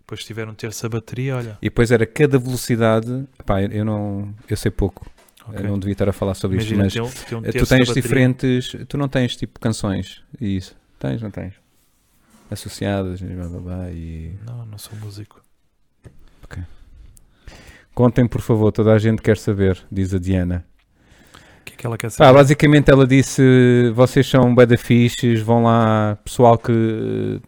Speaker 2: Depois tiveram terça bateria, olha.
Speaker 1: E depois era cada velocidade... Pá, eu não... Eu sei pouco.
Speaker 2: Ok.
Speaker 1: Eu não devia estar a falar sobre isto,
Speaker 2: Imagina,
Speaker 1: mas...
Speaker 2: tem um- tem um
Speaker 1: Eh, Tu
Speaker 2: terço da
Speaker 1: tens
Speaker 2: bateria.
Speaker 1: diferentes. Tu não tens tipo canções e isso. Tens, não tens? Associadas e blá blá blá. E...
Speaker 2: Não, não sou músico.
Speaker 1: Contem, por favor, toda a gente quer saber, diz a Diana.
Speaker 2: O que é que ela quer
Speaker 1: Pá,
Speaker 2: saber?
Speaker 1: basicamente ela disse: vocês são badafiches, vão lá, pessoal que eh,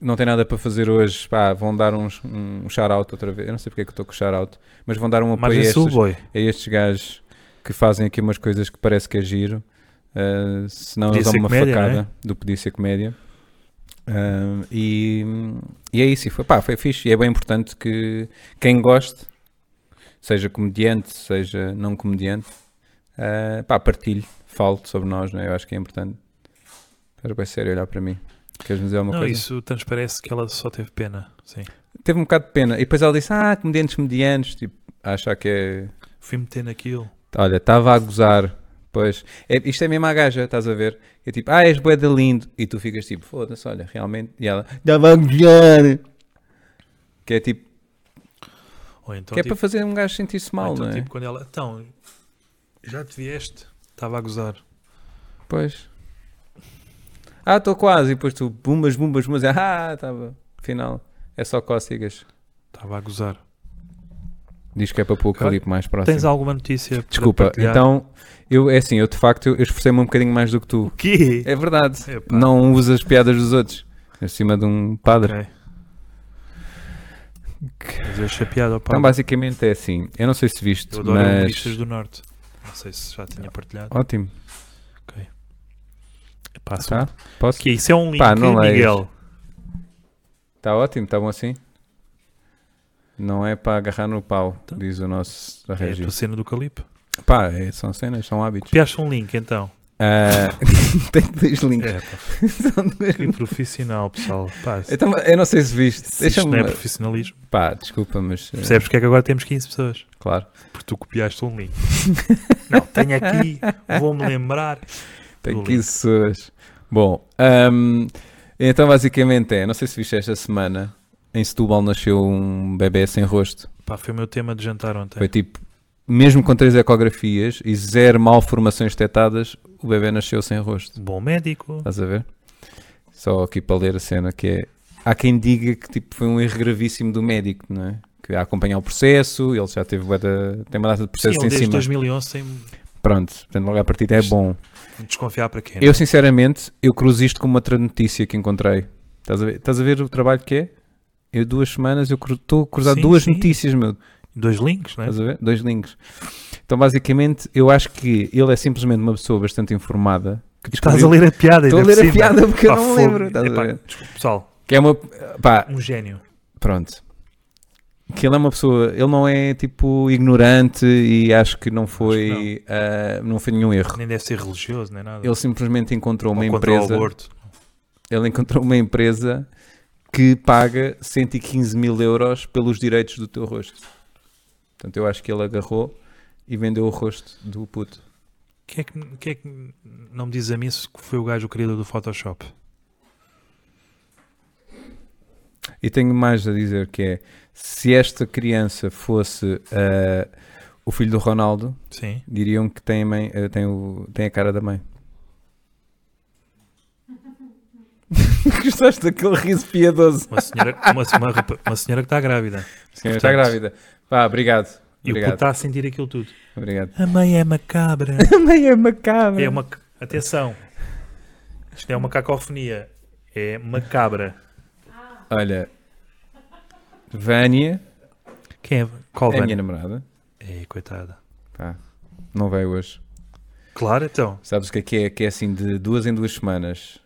Speaker 1: não têm nada para fazer hoje, pá, vão dar uns, um shout-out outra vez. Eu não sei porque é que estou com shout-out, mas vão dar um apoio a
Speaker 2: Margem Sul,
Speaker 1: estes,
Speaker 2: boy.
Speaker 1: a estes gajos que fazem aqui umas coisas que parece que é giro. Uh, se não,
Speaker 2: Podia
Speaker 1: eles dão
Speaker 2: ser
Speaker 1: uma
Speaker 2: comédia,
Speaker 1: facada
Speaker 2: não é?
Speaker 1: do Podia Ser Comédia. Uh, e, e é isso, e foi, pá, foi fixe. E é bem importante que quem goste, seja comediante, seja não comediante, uh, pá, partilhe, fale sobre nós, né? eu acho que é importante. Era bem sério olhar para mim. Queres me dizer alguma
Speaker 2: Não,
Speaker 1: coisa?
Speaker 2: isso transparece que ela só teve pena. Sim.
Speaker 1: Teve um bocado de pena. E depois ela disse: Ah, comediantes, comediantes. Tipo, a achar que é.
Speaker 2: Fui meter naquilo.
Speaker 1: Olha, estava a gozar. Pois. É, isto é mesmo a gaja, estás a ver? É tipo: Ah, és boeda lindo. E tu ficas tipo: Foda-se, olha, realmente. E ela: Estava a gozar. Que é tipo.
Speaker 2: Ou então,
Speaker 1: que é
Speaker 2: tipo,
Speaker 1: para fazer um gajo sentir-se
Speaker 2: ou
Speaker 1: mal,
Speaker 2: então,
Speaker 1: não é?
Speaker 2: tipo, quando ela. Então, já te vieste? Estava a gozar.
Speaker 1: Pois. Ah, estou quase. E depois tu: Bumbas, bumbas, [LAUGHS] bumbas. Ah, estava. Afinal, é só cócegas.
Speaker 2: Estava a gozar.
Speaker 1: Diz que é para pôr o
Speaker 2: Olha,
Speaker 1: clipe mais próximo.
Speaker 2: Tens alguma notícia? para
Speaker 1: Desculpa,
Speaker 2: partilhar?
Speaker 1: então, eu, é assim, eu de facto, eu, eu esforcei-me um bocadinho mais do que tu.
Speaker 2: O quê?
Speaker 1: É verdade.
Speaker 2: Epá,
Speaker 1: Não usa as piadas dos outros. Acima de um padre.
Speaker 2: ok. Mas eu achei piada ao
Speaker 1: Então,
Speaker 2: padre.
Speaker 1: basicamente é assim. Eu não sei se viste,
Speaker 2: Eu adoro humoristas
Speaker 1: mas.
Speaker 2: do Norte. Não sei se já tinha partilhado.
Speaker 1: Ótimo.
Speaker 2: Epá, são-
Speaker 1: Tá? Posso?
Speaker 2: um Que isso é um link,
Speaker 1: Pá, não leias.
Speaker 2: Miguel.
Speaker 1: Está ótimo, está bom assim? Não é para agarrar no pau,
Speaker 2: Tá.
Speaker 1: diz o nosso
Speaker 2: É a
Speaker 1: regio.
Speaker 2: tua cena do Calipo.
Speaker 1: Pá, é- são cenas, são hábitos.
Speaker 2: Copiaste um link, então.
Speaker 1: Ah, [LAUGHS] Tem dois links.
Speaker 2: É, pá,
Speaker 1: [LAUGHS] São
Speaker 2: [LAUGHS]
Speaker 1: dois
Speaker 2: que profissional, pessoal. Pá, se-
Speaker 1: Então, eu não sei se viste.
Speaker 2: se isto
Speaker 1: Deixa-me.
Speaker 2: não é profissionalismo.
Speaker 1: Pá, desculpa, mas. eh,
Speaker 2: Percebes porque é que agora temos 15 pessoas?
Speaker 1: Claro.
Speaker 2: Porque tu copiaste um link. [LAUGHS] não, tenho aqui, vou-me lembrar.
Speaker 1: Tem
Speaker 2: Do
Speaker 1: 15 pessoas. Bom, ahm, então basicamente é, não sei se viste esta semana, em Setúbal nasceu um bebê sem rosto.
Speaker 2: Pá, foi o meu tema de jantar ontem.
Speaker 1: Foi tipo, mesmo com três ecografias e zero malformações detectadas, o bebê nasceu sem rosto.
Speaker 2: Um Bom médico.
Speaker 1: Estás a ver? Só aqui para ler a cena que é. Há quem diga que tipo, foi um erro gravíssimo do médico, não é? Que a acompanhar o processo, ele já teve bué da- tem uma data de
Speaker 2: Sim,
Speaker 1: processos
Speaker 2: ele
Speaker 1: em
Speaker 2: desde
Speaker 1: cima.
Speaker 2: 2011 sem
Speaker 1: Pronto, portanto, logo à partida é bom.
Speaker 2: desconfiar para quem. né?
Speaker 1: Eu, sinceramente, eu cruzo isto com uma outra notícia que encontrei. Estás a ver, estás a ver o trabalho que é? Eu, duas semanas, eu cru- estou a cruzar
Speaker 2: Sim,
Speaker 1: duas
Speaker 2: sim.
Speaker 1: notícias, meu.
Speaker 2: Dois links, não é?
Speaker 1: Estás a ver? Dois links. Então, basicamente, eu acho que ele é simplesmente uma pessoa bastante informada. Que
Speaker 2: Estás a
Speaker 1: descobriu-
Speaker 2: ler a piada.
Speaker 1: Estou a
Speaker 2: ainda
Speaker 1: ler
Speaker 2: por
Speaker 1: a
Speaker 2: cima.
Speaker 1: piada porque eu
Speaker 2: Pá,
Speaker 1: não me
Speaker 2: fogo.
Speaker 1: lembro. Estás
Speaker 2: Epá,
Speaker 1: a ver?
Speaker 2: desculpa, pessoal,
Speaker 1: Que é uma. Pá,
Speaker 2: um gênio.
Speaker 1: pronto. Que ele é uma pessoa, ele não é tipo ignorante e acho que não foi, ah, não foi nenhum erro.
Speaker 2: Nem deve ser religioso, nem nada.
Speaker 1: Ele simplesmente encontrou uma
Speaker 2: Ou contra o
Speaker 1: empresa.
Speaker 2: aborto.
Speaker 1: ele encontrou uma empresa que paga 115 mil euros pelos direitos do teu rosto. Portanto, eu acho que ele agarrou e vendeu o rosto do puto.
Speaker 2: Quem é que, quem é que não me diz a mim se foi o gajo o criador do Photoshop?
Speaker 1: E tenho mais a dizer que é, se esta criança fosse ah, o filho do Ronaldo,
Speaker 2: Sim.
Speaker 1: diriam que tem a, mãe- ah, tem o- tem a cara da mãe. [LAUGHS] Gostaste daquele riso piedoso?
Speaker 2: Uma senhora, uma, uma rapa- uma senhora que está grávida.
Speaker 1: Sim, está grávida. Pá, obrigado.
Speaker 2: E o puto
Speaker 1: Obrigado.
Speaker 2: está a sentir aquilo tudo.
Speaker 1: Obrigado.
Speaker 2: A mãe é macabra.
Speaker 1: Também é macabra.
Speaker 2: é uma. Atenção. Isto não é uma cacofonia. É macabra.
Speaker 1: Olha, Vânia
Speaker 2: Quem é? Qual
Speaker 1: é a minha
Speaker 2: Vânia?
Speaker 1: namorada.
Speaker 2: É, coitada.
Speaker 1: Pá, não veio hoje.
Speaker 2: Claro, então.
Speaker 1: Sabes o que é que é? Que é assim de duas em duas semanas.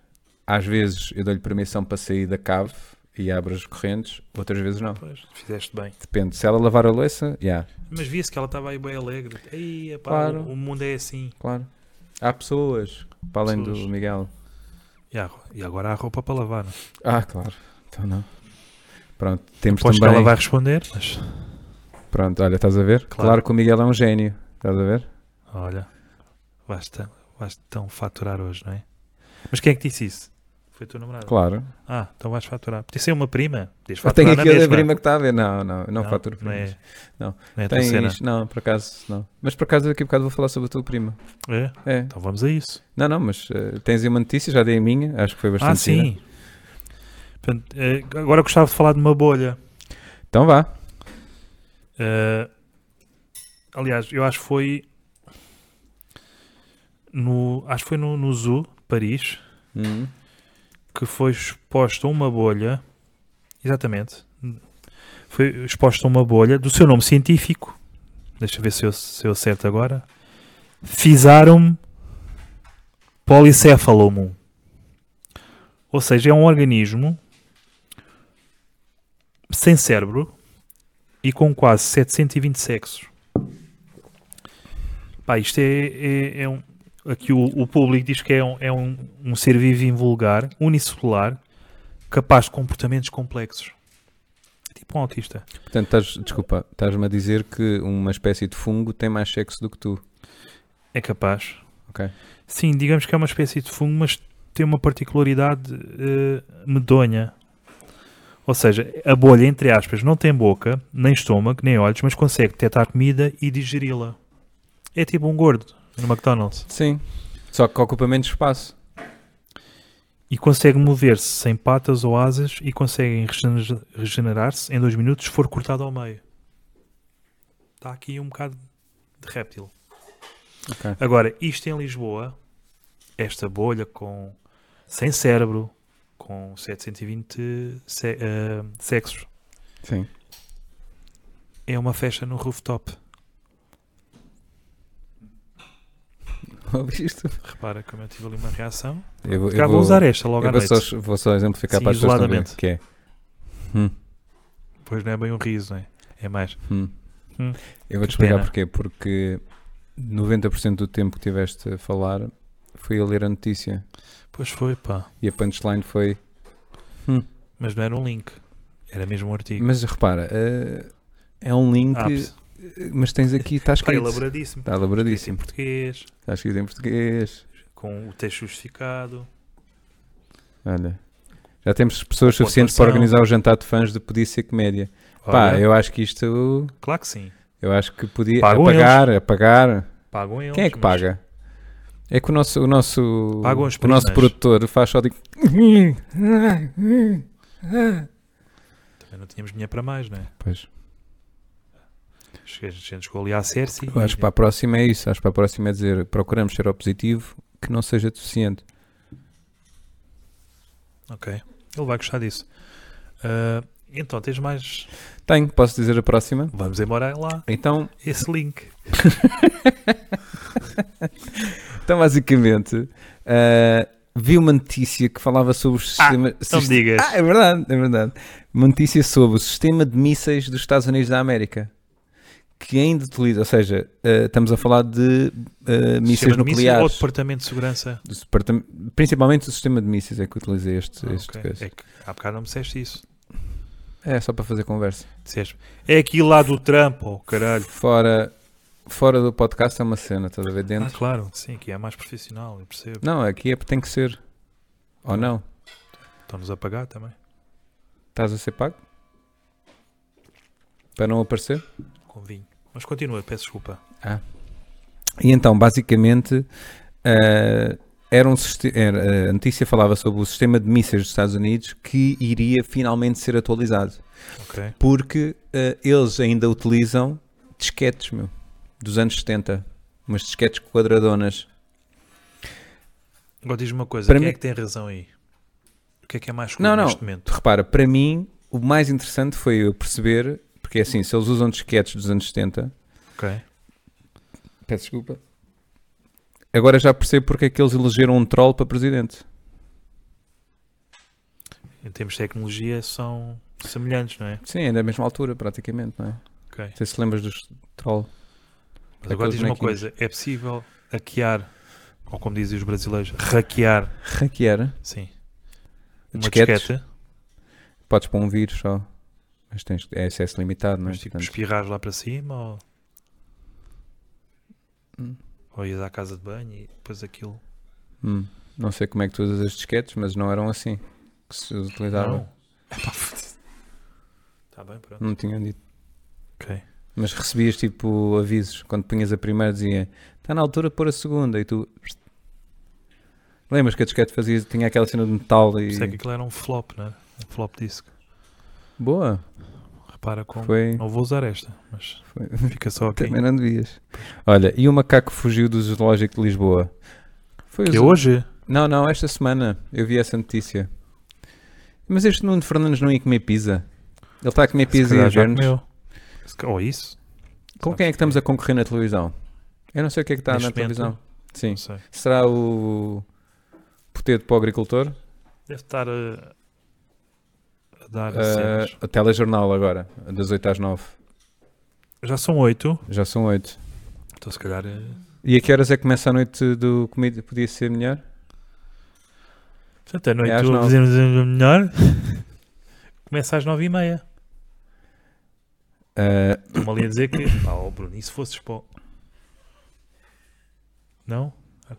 Speaker 1: Às vezes eu dou-lhe permissão para sair da cave e abro as correntes, outras vezes não.
Speaker 2: Pois, fizeste bem.
Speaker 1: Depende. Se ela lavar a louça, já,
Speaker 2: Mas via-se que ela estava aí bem alegre. Ei, epá,
Speaker 1: Claro.
Speaker 2: o, o mundo é assim.
Speaker 1: claro. Há pessoas, para além
Speaker 2: Pessoas.
Speaker 1: do Miguel.
Speaker 2: E, há- e agora há roupa para lavar. Não? é?
Speaker 1: Ah, claro. Então não. Pronto, temos
Speaker 2: Aposto que
Speaker 1: também...
Speaker 2: ela vai responder, mas
Speaker 1: Pronto, olha, estás a ver? Claro.
Speaker 2: Claro
Speaker 1: que o Miguel é um gênio. Estás a ver?
Speaker 2: olha, vais, tão- vais tão faturar hoje, não é? Mas quem é que disse isso? Foi a tua namorada?
Speaker 1: Claro.
Speaker 2: Ah, então vais faturar. Podia ser uma prima. Podias
Speaker 1: Eu tenho
Speaker 2: faturar na
Speaker 1: aqui a
Speaker 2: mesma.
Speaker 1: prima que está a ver. Não, não, eu não, faturo
Speaker 2: não
Speaker 1: primas.
Speaker 2: é,
Speaker 1: Não.
Speaker 2: Não é a tua
Speaker 1: Tens-
Speaker 2: cena.
Speaker 1: não, por acaso não. Mas por acaso daqui a bocado vou falar sobre a tua prima.
Speaker 2: É?
Speaker 1: É.
Speaker 2: Então vamos a isso.
Speaker 1: Não, não, mas eh, tens aí uma notícia, já dei a minha, acho que foi bastante.
Speaker 2: ah, sim.
Speaker 1: gira.
Speaker 2: Portanto, eh, agora gostava de falar de uma bolha.
Speaker 1: Então vá.
Speaker 2: Eh, aliás, eu acho que foi no, acho que foi no, no Zoo de Paris
Speaker 1: Hum.
Speaker 2: que foi exposta uma bolha Exatamente. Foi exposto a uma bolha do seu nome científico. Deixa eu ver se eu, se eu acerto agora. Fisarum polycephalum. Ou seja, é um organismo sem cérebro e com quase 720 sexos. Pá, isto é, é- é um. Aqui o, o público diz que é, um, é um, um ser vivo invulgar, unicelular, capaz de comportamentos complexos. É Tipo um autista.
Speaker 1: Portanto, estás, desculpa, estás-me a dizer que uma espécie de fungo tem mais sexo do que tu.
Speaker 2: É capaz.
Speaker 1: Ok.
Speaker 2: Sim, digamos que é uma espécie de fungo, mas tem uma particularidade eh, medonha. Ou seja, a bolha, entre aspas, não tem boca, nem estômago, nem olhos, mas consegue detectar comida e digeri-la. É tipo um gordo no McDonald's.
Speaker 1: Sim. Só que ocupa menos espaço.
Speaker 2: E consegue mover-se sem patas ou asas e conseguem regener- regenerar-se em dois minutos se for cortado ao meio. Está aqui um bocado de réptil.
Speaker 1: Ok.
Speaker 2: Agora, isto em Lisboa, esta bolha com sem cérebro, com 720 se, eh, sexos,
Speaker 1: Sim.
Speaker 2: é uma festa no rooftop.
Speaker 1: [LAUGHS] Ouviste?
Speaker 2: Repara como eu tive ali uma reação.
Speaker 1: Eu, vou-
Speaker 2: Já
Speaker 1: eu
Speaker 2: vou
Speaker 1: vou,
Speaker 2: usar esta logo à
Speaker 1: eu vou,
Speaker 2: noite.
Speaker 1: só, vou só exemplificar
Speaker 2: Sim,
Speaker 1: para as pessoas também,
Speaker 2: isoladamente.
Speaker 1: que é. Hum,
Speaker 2: Pois não é bem um riso, não é? É mais.
Speaker 1: hum.
Speaker 2: Hum.
Speaker 1: Eu vou-te
Speaker 2: Que
Speaker 1: explicar
Speaker 2: pena.
Speaker 1: porquê. Porque 90% do tempo que tiveste a falar foi a ler a notícia.
Speaker 2: Pois foi, pá.
Speaker 1: E a punchline foi.
Speaker 2: Mas não era um link. Era mesmo um artigo.
Speaker 1: Mas repara, eh, é um link,
Speaker 2: Ah, pss,
Speaker 1: eh, mas tens aqui, está
Speaker 2: está
Speaker 1: escrito.
Speaker 2: elaboradíssimo.
Speaker 1: Está
Speaker 2: Em
Speaker 1: elaboradíssimo.
Speaker 2: português,
Speaker 1: Está escrito em português.
Speaker 2: com o texto justificado.
Speaker 1: Olha. Já temos pessoas
Speaker 2: Com
Speaker 1: suficientes para
Speaker 2: pontuação.
Speaker 1: organizar o jantar de fãs de Podia Ser Comédia. Pá,
Speaker 2: Olha,
Speaker 1: eu acho que isto.
Speaker 2: Claro que sim.
Speaker 1: Eu acho que podia. é
Speaker 2: Pagam
Speaker 1: apagar, apagar.
Speaker 2: Pagam eles.
Speaker 1: Quem é que
Speaker 2: mas-
Speaker 1: paga? É que o nosso. O nosso,
Speaker 2: Pagam as
Speaker 1: o nosso
Speaker 2: primas.
Speaker 1: produtor faz só de.
Speaker 2: Também não tínhamos dinheiro para mais, não é?
Speaker 1: Pois.
Speaker 2: A gente chegou ali à Cersei.
Speaker 1: Eu acho que para a próxima é isso. Acho que para a próxima é dizer procuramos ser positivo que não seja deficiente.
Speaker 2: Ok. Ele vai gostar disso. Ah, então, tens mais.
Speaker 1: Tenho, posso dizer a próxima?
Speaker 2: Vamos embora lá.
Speaker 1: Então,
Speaker 2: Esse link.
Speaker 1: Então, basicamente, eh, vi uma notícia que falava sobre o sistema.
Speaker 2: Não Ah, então me
Speaker 1: siste-
Speaker 2: digas.
Speaker 1: Ah, é verdade, é verdade. Uma notícia sobre o sistema de mísseis dos Estados Unidos da América. Que ainda utiliza, ou seja, eh, estamos a falar de eh, mísseis
Speaker 2: Sistema de mísseis Ou
Speaker 1: nucleares.
Speaker 2: Departamento de Segurança.
Speaker 1: Do departam- Principalmente o sistema de mísseis é que utiliza este,
Speaker 2: Ah,
Speaker 1: este
Speaker 2: ok.
Speaker 1: coisa.
Speaker 2: É que há bocado não me disseste isso.
Speaker 1: É. só para fazer conversa.
Speaker 2: Disseste. É aquilo lá do Trump, oh caralho.
Speaker 1: Fora, fora do podcast é uma cena, estás a ver
Speaker 2: Ah,
Speaker 1: dentro?
Speaker 2: claro. Sim, aqui é mais profissional, eu percebo.
Speaker 1: Não, aqui é porque tem que ser. Ou não?
Speaker 2: Estão-nos a pagar também.
Speaker 1: Estás a ser pago? Para não aparecer?
Speaker 2: Com vinho. Mas continua, peço desculpa.
Speaker 1: E então, basicamente, eh, era um siste- era, eh, a notícia falava sobre o sistema de mísseis dos Estados Unidos que iria finalmente ser atualizado,
Speaker 2: Ok.
Speaker 1: porque eh, eles ainda utilizam disquetes, meu, dos anos 70, umas disquetes quadradonas.
Speaker 2: Agora diz-me uma coisa.
Speaker 1: Para
Speaker 2: quem
Speaker 1: mim-
Speaker 2: é que tem razão aí? O que é que é mais
Speaker 1: Não,
Speaker 2: escuro
Speaker 1: não.
Speaker 2: neste momento?
Speaker 1: Tu repara, para mim, o mais interessante foi eu perceber, porque é assim, se eles usam disquetes dos anos 70,
Speaker 2: Ok.
Speaker 1: peço desculpa, agora já percebo porque é que eles elegeram um troll para presidente.
Speaker 2: Em termos de tecnologia, são semelhantes, não é?
Speaker 1: Sim, é da mesma altura, praticamente, não é? Não
Speaker 2: Ok.
Speaker 1: sei se te lembras dos troll.
Speaker 2: Mas agora
Speaker 1: Aqueles
Speaker 2: diz uma
Speaker 1: bonequinhos.
Speaker 2: coisa: é possível hackear, ou como dizem os brasileiros, hackear,
Speaker 1: Hackear
Speaker 2: sim, uma
Speaker 1: disquetes.
Speaker 2: disquete,
Speaker 1: Podes pôr um vírus só. Mas tens, é acesso limitado, não é?
Speaker 2: mas tipo,
Speaker 1: Portanto,
Speaker 2: espirrares lá para cima, ou,
Speaker 1: Hum.
Speaker 2: ou ias à casa de banho e depois aquilo.
Speaker 1: hum, não sei como é que tu usas as disquetes, mas não eram assim que se utilizavam.
Speaker 2: Não. Está bem, pronto.
Speaker 1: Não, tinham dito.
Speaker 2: Ok.
Speaker 1: Mas recebias tipo avisos. Quando punhas a primeira dizia está na altura de pôr a segunda e tu... Lembras que a disquete fazia, tinha aquela cena de metal
Speaker 2: Por
Speaker 1: e...
Speaker 2: isso é que aquilo era um flop, não é? Um flop disc.
Speaker 1: Boa,
Speaker 2: Repara como.
Speaker 1: foi...
Speaker 2: Não vou usar esta, mas
Speaker 1: foi...
Speaker 2: fica só aqui.
Speaker 1: Também não devias. Olha, e o macaco fugiu do zoológico de Lisboa? Foi o
Speaker 2: Que é
Speaker 1: zoo-
Speaker 2: hoje?
Speaker 1: Não, não, esta semana eu vi essa notícia. Mas este Nuno Fernandes não ia comer pizza. Ele está a comer pizza e
Speaker 2: calhar
Speaker 1: a
Speaker 2: já
Speaker 1: germes.
Speaker 2: comeu. Se ca- Ou isso?
Speaker 1: Com quem é que estamos a concorrer na televisão? Eu não sei o que é que está
Speaker 2: Neste
Speaker 1: na
Speaker 2: momento?
Speaker 1: televisão. Sim.
Speaker 2: Não sei.
Speaker 1: Será o poteto para o agricultor?
Speaker 2: Deve estar a, a dar
Speaker 1: Ah,
Speaker 2: cenas.
Speaker 1: o telejornal agora, das 8 às 9.
Speaker 2: Já são oito.
Speaker 1: Já são 8.
Speaker 2: Então se calhar eh,
Speaker 1: E a que horas é que começa a noite do comida? Podia ser melhor?
Speaker 2: Portanto, à noite
Speaker 1: É às
Speaker 2: tu
Speaker 1: nove.
Speaker 2: dizemos o melhor. [LAUGHS] Começa às nove e meia.
Speaker 1: Ah,
Speaker 2: Estou-me ali a dizer que. Pá, ó Bruno, e se fosses para. o- Não?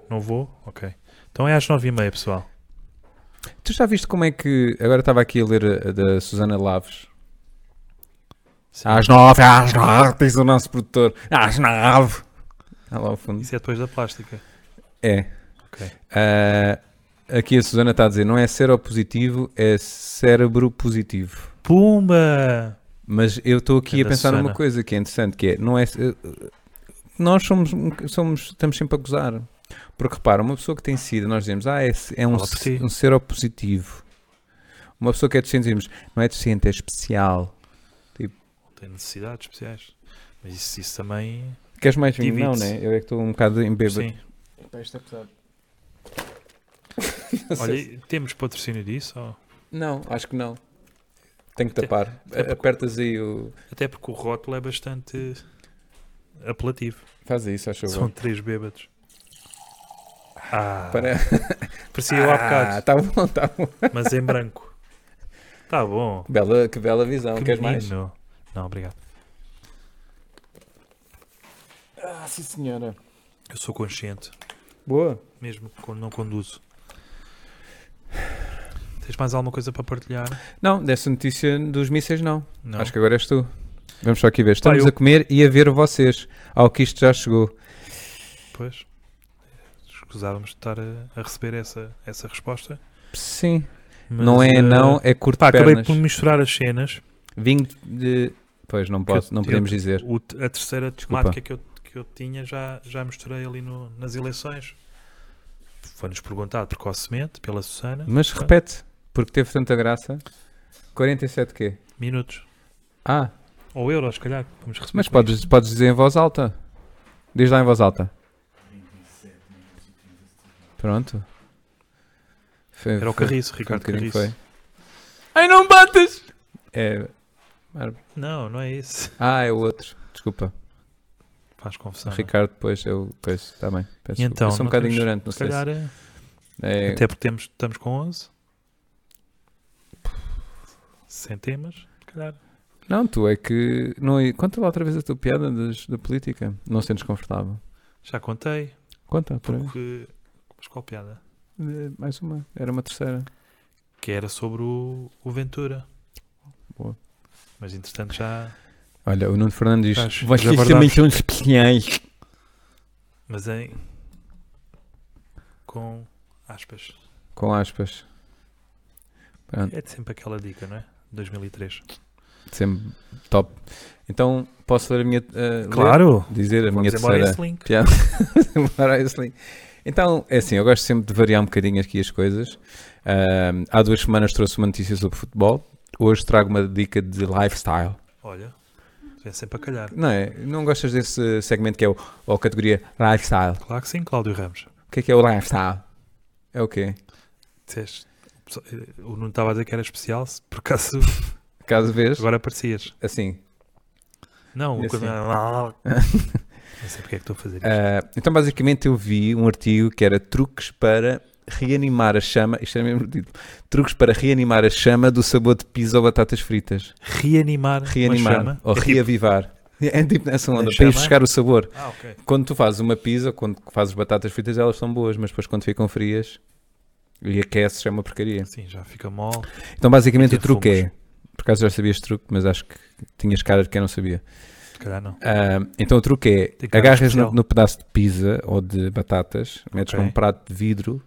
Speaker 2: Não vou? Ok. Então é às nove e meia, pessoal.
Speaker 1: tu já viste como é que. Agora estava aqui a ler a, a da Susana Laves.
Speaker 2: Sim.
Speaker 1: Às 9, às 9, diz o nosso produtor. Às 9. Ah, lá ao fundo.
Speaker 2: Isso é depois da plástica.
Speaker 1: É.
Speaker 2: Ok.
Speaker 1: Ah, aqui a Susana está a dizer: não é seropositivo, é cérebro positivo.
Speaker 2: Pumba!
Speaker 1: Mas eu estou aqui a
Speaker 2: Ganda
Speaker 1: pensar numa
Speaker 2: Susana.
Speaker 1: coisa que é interessante, que é, não é eh, nós somos, um- somos estamos sempre a gozar. Porque repara, uma pessoa que tem SIDA, nós dizemos, ah, é, é um,
Speaker 2: Fala por ti.
Speaker 1: se- um ser positivo. Uma pessoa que é deficiente, dizemos, não é deficiente, é especial.
Speaker 2: Não tem necessidades especiais. Mas isso, isso também.
Speaker 1: Queres mais vinho? Não,
Speaker 2: Divide-se.
Speaker 1: né? Eu é que estou um bocado em bêbado. [LAUGHS]
Speaker 2: Sim.
Speaker 1: [LAUGHS]
Speaker 2: Olha, e temos patrocínio disso? ou-
Speaker 1: Não, acho que não. Tenho que
Speaker 2: Até-
Speaker 1: tapar.
Speaker 2: até porque-
Speaker 1: Apertas aí o.
Speaker 2: Até porque o rótulo é bastante apelativo.
Speaker 1: Faz isso, acho
Speaker 2: São
Speaker 1: eu.
Speaker 2: três bêbados. Ah,
Speaker 1: Para...
Speaker 2: parecia eu há bocado.
Speaker 1: Ah, tá bom, tá bom.
Speaker 2: mas em branco. Tá bom.
Speaker 1: Bela, que bela visão.
Speaker 2: Que
Speaker 1: Queres mais?
Speaker 2: menino. Não, obrigado.
Speaker 1: Ah, sim, senhora.
Speaker 2: Eu sou consciente,
Speaker 1: Boa.
Speaker 2: mesmo quando não conduzo. Tens mais alguma coisa para partilhar?
Speaker 1: Não, dessa notícia dos mísseis não.
Speaker 2: Não.
Speaker 1: Acho que agora és tu. Vamos só aqui ver. Estamos
Speaker 2: eu-
Speaker 1: a comer e a ver vocês. Ao que isto já chegou.
Speaker 2: Pois. Escusávamos de estar a, a receber essa, essa resposta.
Speaker 1: Sim.
Speaker 2: mas,
Speaker 1: não é
Speaker 2: eh,
Speaker 1: não, é curto
Speaker 2: Pá,
Speaker 1: de
Speaker 2: acabei
Speaker 1: pernas.
Speaker 2: por misturar as cenas.
Speaker 1: Vinho de... Pois, não posso, não
Speaker 2: eu-
Speaker 1: podemos dizer.
Speaker 2: O te- a terceira
Speaker 1: Desculpa.
Speaker 2: temática que eu, que eu tinha já, já misturei ali no- nas eleições. Foi-nos perguntado precocemente pela Susana.
Speaker 1: Mas
Speaker 2: Pá,
Speaker 1: repete, porque teve tanta graça. 47 quê?
Speaker 2: Minutos.
Speaker 1: Ah,
Speaker 2: Ou euros, se calhar. Vamos receber
Speaker 1: mas
Speaker 2: com isto.
Speaker 1: podes, podes dizer em voz alta. Diz lá em voz alta. Pronto. Foi-
Speaker 2: Era o
Speaker 1: foi-
Speaker 2: Carriço,
Speaker 1: foi um
Speaker 2: Ricardo
Speaker 1: bocadinho que
Speaker 2: Carriço.
Speaker 1: foi. Ai, não batas! É...
Speaker 2: Não, não é esse.
Speaker 1: Ah, é o outro. Desculpa.
Speaker 2: Faz confusão.
Speaker 1: O
Speaker 2: não é?
Speaker 1: Ricardo, depois eu. Pois, está bem. Peço
Speaker 2: E
Speaker 1: desculpa.
Speaker 2: então,
Speaker 1: eu sou um
Speaker 2: não
Speaker 1: bocado
Speaker 2: temos-
Speaker 1: ignorante, não
Speaker 2: Se
Speaker 1: sei.
Speaker 2: calhar, é-
Speaker 1: se- é-
Speaker 2: até porque temos, estamos com 11. Sem temas, se calhar.
Speaker 1: Não, tu é que. Não... Conta lá outra vez a tua piada das- da política. Não sentes confortável.
Speaker 2: Já contei.
Speaker 1: Conta, por aí.
Speaker 2: Porque. Mas qual piada?
Speaker 1: Eh, Mais uma. Era uma terceira.
Speaker 2: Que era sobre o, o Ventura.
Speaker 1: Boa.
Speaker 2: Mas entretanto já.
Speaker 1: Olha, o Nuno Fernandes
Speaker 2: Acho-
Speaker 1: diz. Vocês
Speaker 2: já
Speaker 1: também são especiais.
Speaker 2: Mas em. Com aspas.
Speaker 1: Com aspas. Pronto,
Speaker 2: É de sempre aquela dica, não é? 2003.
Speaker 1: sempre top. Então, posso ler a minha. eh, ler?
Speaker 2: Claro!
Speaker 1: Dizer é a minha
Speaker 2: Vamos embora
Speaker 1: terceira.
Speaker 2: esse link.
Speaker 1: piada [LAUGHS] Para a Aisling. Então, é assim, eu gosto sempre de variar um bocadinho aqui as coisas. Ahm, há duas semanas trouxe uma notícia sobre futebol. Hoje trago uma dica de lifestyle.
Speaker 2: Olha, vem sempre a calhar.
Speaker 1: Não é? Não gostas desse segmento que é o, ou categoria lifestyle?
Speaker 2: Claro que sim, Cláudio Ramos.
Speaker 1: O que é que é o lifestyle? É o quê?
Speaker 2: Disseste- O Nuno estava a dizer que era especial, se por acaso
Speaker 1: [LAUGHS] Caso vês,
Speaker 2: agora aparecias.
Speaker 1: assim.
Speaker 2: Não,
Speaker 1: É
Speaker 2: o quando-
Speaker 1: [LAUGHS]
Speaker 2: Não sei porque é que estou a fazer isto.
Speaker 1: Ah, então, basicamente, eu vi um artigo que era truques para reanimar a chama. Isto era mesmo o título. Truques para reanimar a chama do sabor de pizza ou batatas fritas.
Speaker 2: Reanimar,
Speaker 1: reanimar
Speaker 2: uma chama.
Speaker 1: ou
Speaker 2: É tipo-
Speaker 1: reavivar. É tipo nessa onda,
Speaker 2: Uma
Speaker 1: para ir
Speaker 2: chama?
Speaker 1: buscar o sabor.
Speaker 2: Ah, ok.
Speaker 1: Quando tu fazes uma pizza, quando fazes batatas fritas, elas são boas, mas depois quando ficam frias e aqueces é uma porcaria.
Speaker 2: Sim, já fica mole.
Speaker 1: Então basicamente
Speaker 2: E
Speaker 1: o
Speaker 2: tem
Speaker 1: truque
Speaker 2: fungos.
Speaker 1: é, por acaso já sabias truque, mas acho que tinhas cara de quem não sabia.
Speaker 2: Se calhar não.
Speaker 1: Ah, então o truque é,
Speaker 2: Tem cara
Speaker 1: agarras no,
Speaker 2: especial.
Speaker 1: no pedaço de pizza ou de batatas, metes
Speaker 2: Ok.
Speaker 1: num prato de vidro,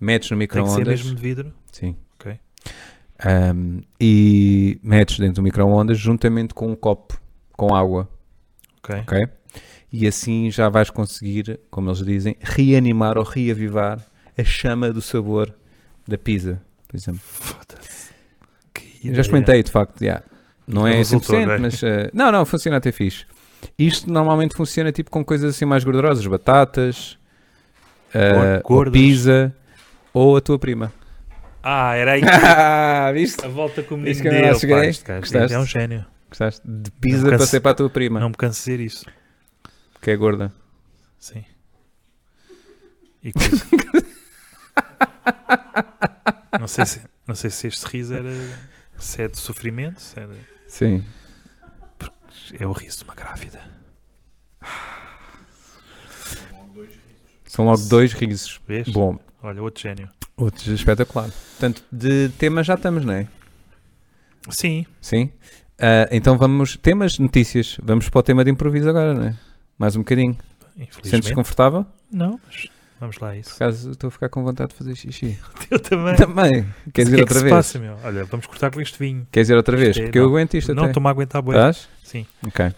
Speaker 1: metes no
Speaker 2: Tem que ser
Speaker 1: micro-ondas.
Speaker 2: mesmo de vidro.
Speaker 1: Sim.
Speaker 2: Ok.
Speaker 1: Ahm, e metes dentro do micro-ondas juntamente com um copo, com água.
Speaker 2: Ok.
Speaker 1: Ok? E assim já vais conseguir, como eles dizem, reanimar ou reavivar a chama do sabor da pizza, por exemplo.
Speaker 2: Foda-se.
Speaker 1: Já experimentei, de facto, yeah. Não é
Speaker 2: Resultou,
Speaker 1: 100%,
Speaker 2: não é?
Speaker 1: mas... eh, não, não, funciona até fixe. Isto normalmente funciona tipo com coisas assim mais gordurosas, batatas, eh,
Speaker 2: Gor-
Speaker 1: ou
Speaker 2: gordas.
Speaker 1: pizza, ou a tua
Speaker 2: [LAUGHS]
Speaker 1: prima.
Speaker 2: Ah, era aí
Speaker 1: Ah, viste?
Speaker 2: a volta que o
Speaker 1: Viste
Speaker 2: menino
Speaker 1: que eu
Speaker 2: deu.
Speaker 1: lá
Speaker 2: pá,
Speaker 1: cheguei?
Speaker 2: este gajo
Speaker 1: Gostaste?
Speaker 2: É um gênio.
Speaker 1: Gostaste? De pizza
Speaker 2: Nunca
Speaker 1: para
Speaker 2: se-
Speaker 1: ser para a tua prima,
Speaker 2: Não me canso de dizer isso.
Speaker 1: que é gorda.
Speaker 2: Sim.
Speaker 1: [LAUGHS]
Speaker 2: E coisa. não, sei se, não sei se este riso era. Se é de sofrimento, se era-
Speaker 1: Sim.
Speaker 2: é o riso de uma grávida.
Speaker 1: São logo dois risos.
Speaker 2: Vês?
Speaker 1: Bom,
Speaker 2: Olha, outro gênio.
Speaker 1: outros espetacular. Portanto, de temas já estamos, não é?
Speaker 2: Sim,
Speaker 1: Sim. Ah, então vamos, temas, notícias. Vamos para o tema de improviso agora, não é? Mais um bocadinho. Sentes
Speaker 2: infelizmente.
Speaker 1: confortável?
Speaker 2: Não, mas vamos lá a isso.
Speaker 1: Caso estou a ficar com vontade de fazer xixi.
Speaker 2: [LAUGHS] Eu também.
Speaker 1: Também. Queres
Speaker 2: é? O que
Speaker 1: ir
Speaker 2: é que
Speaker 1: Então, outra
Speaker 2: se
Speaker 1: vez?
Speaker 2: passa, meu? Olha, vamos cortar com este vinho.
Speaker 1: Queres ir outra vez?
Speaker 2: Isto é-
Speaker 1: Porque eu
Speaker 2: não.
Speaker 1: aguento isto
Speaker 2: não
Speaker 1: até. Ah?
Speaker 2: estou-me a aguentar bem.
Speaker 1: Estás?
Speaker 2: Sim.
Speaker 1: Ok.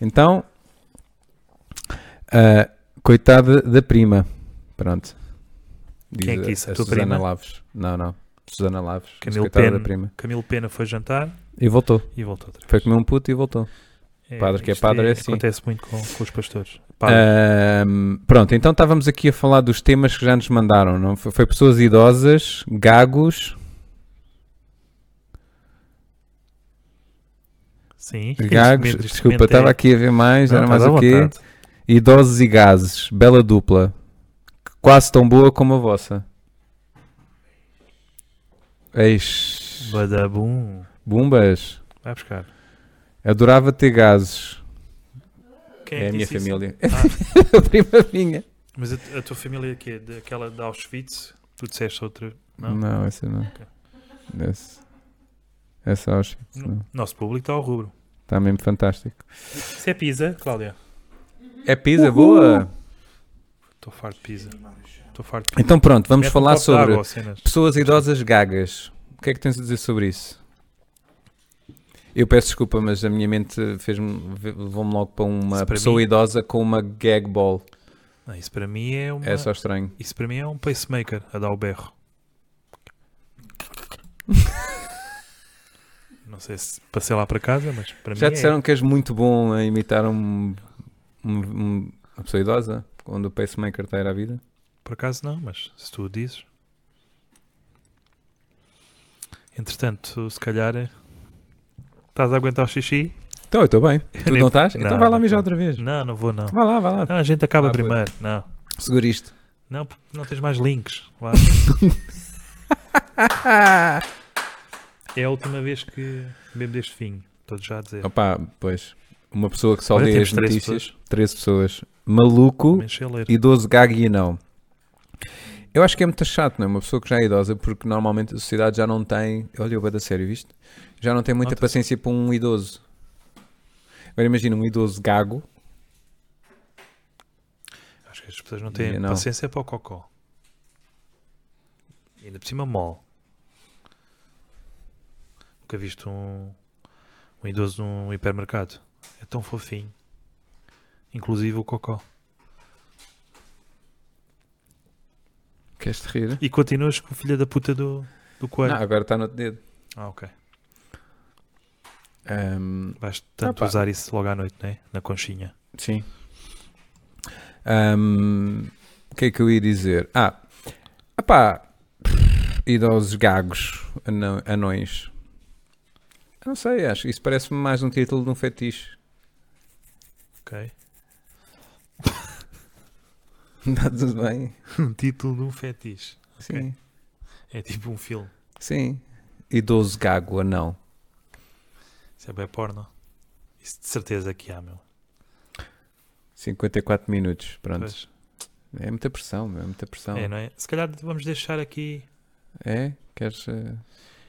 Speaker 1: Então, ah, coitada da prima. Pronto. Diz
Speaker 2: Quem é que
Speaker 1: a-
Speaker 2: disse? A
Speaker 1: a
Speaker 2: tua
Speaker 1: Susana
Speaker 2: prima? é
Speaker 1: Laves. Não, não. Susana Laves. disse
Speaker 2: Camilo
Speaker 1: coitada da
Speaker 2: Pena.
Speaker 1: prima.
Speaker 2: Camilo Pena foi jantar
Speaker 1: E voltou.
Speaker 2: e voltou outra
Speaker 1: Foi
Speaker 2: vez.
Speaker 1: comer um puto e voltou.
Speaker 2: É,
Speaker 1: padre que é
Speaker 2: isto
Speaker 1: padre é assim.
Speaker 2: Acontece muito com, com os pastores. Padre,
Speaker 1: Ahm, pronto, então estávamos aqui a falar dos temas que já nos mandaram, não? Foi, foi pessoas idosas, gagos,
Speaker 2: sim.
Speaker 1: Ah, gagos,
Speaker 2: [LAUGHS] Este momento- este
Speaker 1: desculpa,
Speaker 2: momento é-
Speaker 1: estava aqui a ver mais,
Speaker 2: Não,
Speaker 1: era mais
Speaker 2: estás à
Speaker 1: o quê?
Speaker 2: vontade.
Speaker 1: Idosos e gases, bela dupla, quase tão boa como a vossa. Eis,
Speaker 2: Badabum.
Speaker 1: bombas,
Speaker 2: Vai buscar.
Speaker 1: adorava ter gases,
Speaker 2: Quem
Speaker 1: é a
Speaker 2: que
Speaker 1: minha
Speaker 2: disse isso?
Speaker 1: família, [LAUGHS] É
Speaker 2: Ah,
Speaker 1: a prima minha.
Speaker 2: mas a, a tua família aqui é daquela de Auschwitz? Tu disseste outra. Não?
Speaker 1: Não, essa não.
Speaker 2: Ok.
Speaker 1: Essa, essa Auschwitz,
Speaker 2: No-
Speaker 1: não.
Speaker 2: Nosso público está ao rubro.
Speaker 1: Está mesmo fantástico.
Speaker 2: Isso é pizza, Cláudia?
Speaker 1: É pizza boa!
Speaker 2: Estou farto de pizza. Estou farto de pizza.
Speaker 1: Então pronto, vamos
Speaker 2: Mete um
Speaker 1: falar
Speaker 2: copo de água
Speaker 1: sobre
Speaker 2: ou cenas.
Speaker 1: pessoas idosas gagas. O que é que tens a dizer sobre isso? Eu peço desculpa, mas a minha mente fez-me ve- levou-me logo para uma
Speaker 2: Isso para
Speaker 1: pessoa
Speaker 2: mim-
Speaker 1: idosa com uma gag ball.
Speaker 2: Não, isso para mim é uma.
Speaker 1: É só estranho.
Speaker 2: Isso para mim é um pacemaker a dar o berro.
Speaker 1: [LAUGHS]
Speaker 2: Não sei se passei lá para casa, mas para
Speaker 1: Já
Speaker 2: mim é.
Speaker 1: disseram que és muito bom a imitar um, um- um- uma pessoa idosa, quando o pacemaker está a ir à vida.
Speaker 2: é. Por acaso não, mas se tu o dizes. Entretanto, se calhar. eh, Estás a aguentar o xixi?
Speaker 1: Então eu estou
Speaker 2: [LAUGHS]
Speaker 1: bem. Tu
Speaker 2: nem-
Speaker 1: não estás?
Speaker 2: Não,
Speaker 1: Então vai lá
Speaker 2: não
Speaker 1: mijar
Speaker 2: estou.
Speaker 1: outra vez.
Speaker 2: Não, não vou, não.
Speaker 1: Vai lá, vai lá.
Speaker 2: Não, a gente acaba
Speaker 1: Ah, pois.
Speaker 2: primeiro. Não.
Speaker 1: Segura isto.
Speaker 2: Não, porque não tens mais links.
Speaker 1: [LAUGHS]
Speaker 2: Lá. é a última vez que bebo este vinho. Estou já a dizer.
Speaker 1: Opa, pois. Uma pessoa que só
Speaker 2: Olha,
Speaker 1: lê
Speaker 2: temos
Speaker 1: as
Speaker 2: três
Speaker 1: notícias.
Speaker 2: pessoas.
Speaker 1: 13 pessoas. Maluco.
Speaker 2: Me enchei a ler.
Speaker 1: idoso gago e não. Eu acho que é muito chato, não é? Uma pessoa que já é idosa, porque normalmente a sociedade já não tem. Olha, eu vou da sério, viste? Já não tem muita
Speaker 2: Nota-se.
Speaker 1: paciência para um idoso. Agora imagina um idoso gago.
Speaker 2: Acho que as pessoas não têm
Speaker 1: Eu não.
Speaker 2: paciência para o cocó. E Ainda por cima mole. Nunca viste um, um idoso num hipermercado. É tão fofinho. Inclusive o cocó.
Speaker 1: Queres-te rir?
Speaker 2: E continuas com o filho da puta do, do coelho.
Speaker 1: Não, agora está no outro dedo.
Speaker 2: Ah, ok.
Speaker 1: Ahm,
Speaker 2: Vais tanto
Speaker 1: pá.
Speaker 2: usar isso logo à noite, né? Na conchinha.
Speaker 1: Sim. Ahm, o que é que eu ia dizer? Ah, pá, idosos gagos, anão- anões. Eu Não sei, acho. Isso parece-me mais um título de um fetiche. [LAUGHS]
Speaker 2: Ok.
Speaker 1: Está tudo bem?
Speaker 2: [LAUGHS] Um título de um fetiche.
Speaker 1: Sim.
Speaker 2: Ok. É tipo um filme.
Speaker 1: Sim. Idoso gago, anão.
Speaker 2: Isso é bem porno. Isso de certeza que há, meu.
Speaker 1: 54 minutos. Pronto.
Speaker 2: Pois.
Speaker 1: É muita pressão, meu, é muita pressão.
Speaker 2: É,
Speaker 1: É?
Speaker 2: não é? Se calhar vamos deixar aqui
Speaker 1: Queres. eh,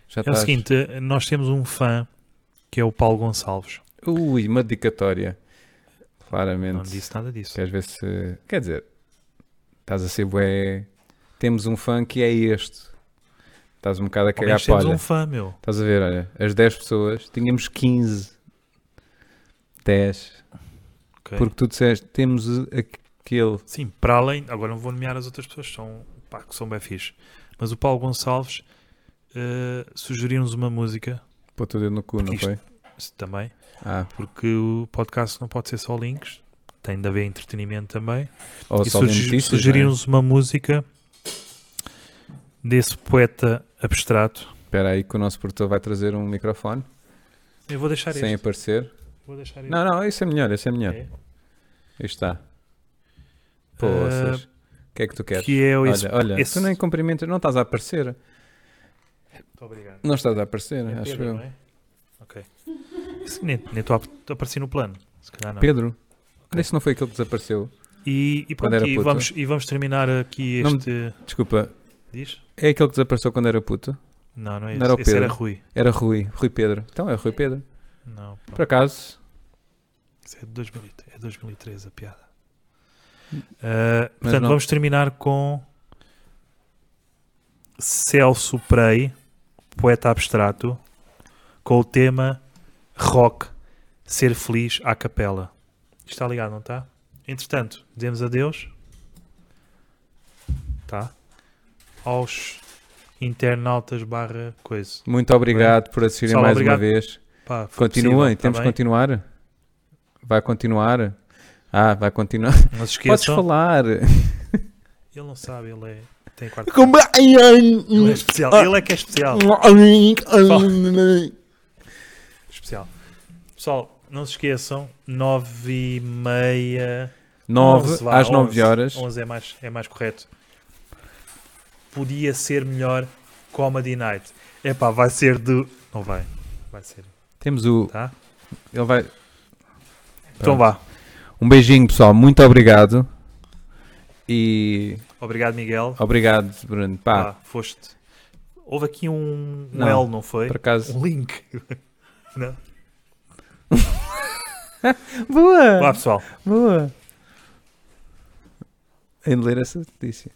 Speaker 1: Já
Speaker 2: É o
Speaker 1: estás.
Speaker 2: seguinte, eh, nós temos um fã que é o Paulo Gonçalves.
Speaker 1: Ui, uma dedicatória.
Speaker 2: Não
Speaker 1: Claramente.
Speaker 2: disse nada disso.
Speaker 1: Queres ver se. Quer dizer, estás a ser bué. Temos um fã que é este. Estás um bocado a
Speaker 2: Ao
Speaker 1: cagar
Speaker 2: menos
Speaker 1: para
Speaker 2: temos
Speaker 1: olha.
Speaker 2: um fã, meu.
Speaker 1: Estás a ver, olha. As 10 pessoas, tínhamos 15. 10.
Speaker 2: ok?
Speaker 1: Porque tu disseste, temos aquele.
Speaker 2: Sim, para além, agora não vou nomear as outras pessoas, são, pá, que são bem fixe. Mas o Paulo Gonçalves, eh, sugeriram-nos uma música
Speaker 1: Pôr o dedo no cu, não
Speaker 2: Porque
Speaker 1: foi?
Speaker 2: se- também,
Speaker 1: Ah,
Speaker 2: porque o podcast não pode ser só links, tem de haver entretenimento também.
Speaker 1: ou
Speaker 2: e
Speaker 1: só
Speaker 2: suge-
Speaker 1: de notícias, não é?
Speaker 2: sugeriram-nos uma música desse poeta abstrato.
Speaker 1: é? Espera aí que o nosso produtor vai trazer um microfone
Speaker 2: Eu vou deixar
Speaker 1: sem
Speaker 2: este.
Speaker 1: aparecer.
Speaker 2: Vou deixar este.
Speaker 1: Não, não, isso é melhor, isso é melhor.
Speaker 2: É. Ah,
Speaker 1: Aí está. Poças. O que é que tu queres?
Speaker 2: Eh, Que é o-
Speaker 1: Olha,
Speaker 2: esse-
Speaker 1: olha,
Speaker 2: esse-
Speaker 1: tu nem cumprimentas, não estás a aparecer.
Speaker 2: Muito obrigado.
Speaker 1: Não estás a aparecer,
Speaker 2: É
Speaker 1: acho
Speaker 2: Pedro,
Speaker 1: eu.
Speaker 2: não é? Ok. [LAUGHS] Isso Nem nem estou a aparecer no plano. Se calhar não.
Speaker 1: Pedro? Esse não foi aquele que desapareceu.
Speaker 2: E, e,
Speaker 1: Quando
Speaker 2: pronto,
Speaker 1: era
Speaker 2: e,
Speaker 1: puto. é?
Speaker 2: vamos, e vamos terminar aqui
Speaker 1: Não me-
Speaker 2: este.
Speaker 1: Desculpa,
Speaker 2: Diz?
Speaker 1: é aquele que desapareceu quando era puto?
Speaker 2: Não, não
Speaker 1: Não
Speaker 2: é esse.
Speaker 1: era o
Speaker 2: esse era
Speaker 1: Pedro.
Speaker 2: Rui.
Speaker 1: Era Rui, Rui Pedro. Então é Rui Pedro.
Speaker 2: Não,
Speaker 1: Por
Speaker 2: pronto.
Speaker 1: acaso,
Speaker 2: Isso é de 2000 é 2013 a piada. Ah,
Speaker 1: Hum. Mas
Speaker 2: portanto,
Speaker 1: não.
Speaker 2: vamos terminar com Celso Prey, poeta abstrato, com o tema rock, ser feliz à capela. Isto está ligado, não está? Entretanto, dizemos adeus tá? aos internautas barra coisa.
Speaker 1: muito obrigado por assistirem
Speaker 2: Tá Pessoal,
Speaker 1: mais
Speaker 2: obrigado.
Speaker 1: uma vez.
Speaker 2: Pá, foi
Speaker 1: Continuem,
Speaker 2: possível, tá
Speaker 1: temos que
Speaker 2: bem?
Speaker 1: continuar. Vai continuar. Ah, vai continuar.
Speaker 2: Não se
Speaker 1: Podes [LAUGHS]
Speaker 2: esqueçam,
Speaker 1: falar.
Speaker 2: ele não sabe, ele é, tem quarto Ele é
Speaker 1: Especial.
Speaker 2: especial. Ele é que é especial. Especial. Pessoal, não se esqueçam, 9 e meia... 11,
Speaker 1: 9
Speaker 2: vá,
Speaker 1: às 9
Speaker 2: 11.
Speaker 1: horas.
Speaker 2: 11 é mais, é mais correto. Podia ser melhor Comedy Night. Epá, vai ser do... Não vai. Vai ser,
Speaker 1: Temos o.
Speaker 2: tá?
Speaker 1: Ele vai.
Speaker 2: Então vá.
Speaker 1: Um beijinho, pessoal. Muito obrigado. E
Speaker 2: Obrigado, Miguel.
Speaker 1: obrigado, Bruno. Pá,
Speaker 2: Vá, foste. Houve aqui um, um
Speaker 1: Ah. Não,
Speaker 2: L, não foi?
Speaker 1: por acaso.
Speaker 2: Um link. [LAUGHS] Não?
Speaker 1: Boa!
Speaker 2: Vá, pessoal.
Speaker 1: Boa! Ainda ler essa notícia.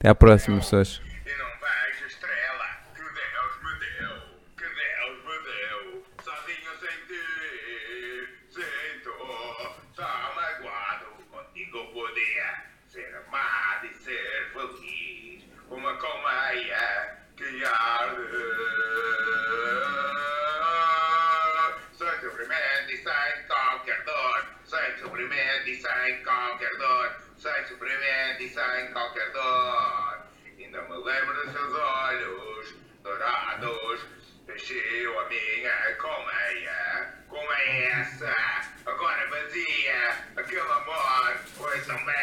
Speaker 1: Até à próxima, pessoas.
Speaker 3: E não vejo estrela que Deus me deu, que Deus me deu, sozinho sem ti, sinto tão magoado. Contigo podia ser amado e ser feliz, uma colmeia que arde. Sem sofrimento e sem qualquer dor, sem sofrimento e sem qualquer dor, sem sofrimento e sem qualquer dor. Ainda me lembro dos seus olhos dourados. Encheu a minha colmeia, como é essa, agora vazia. Aquele amor foi tão belo.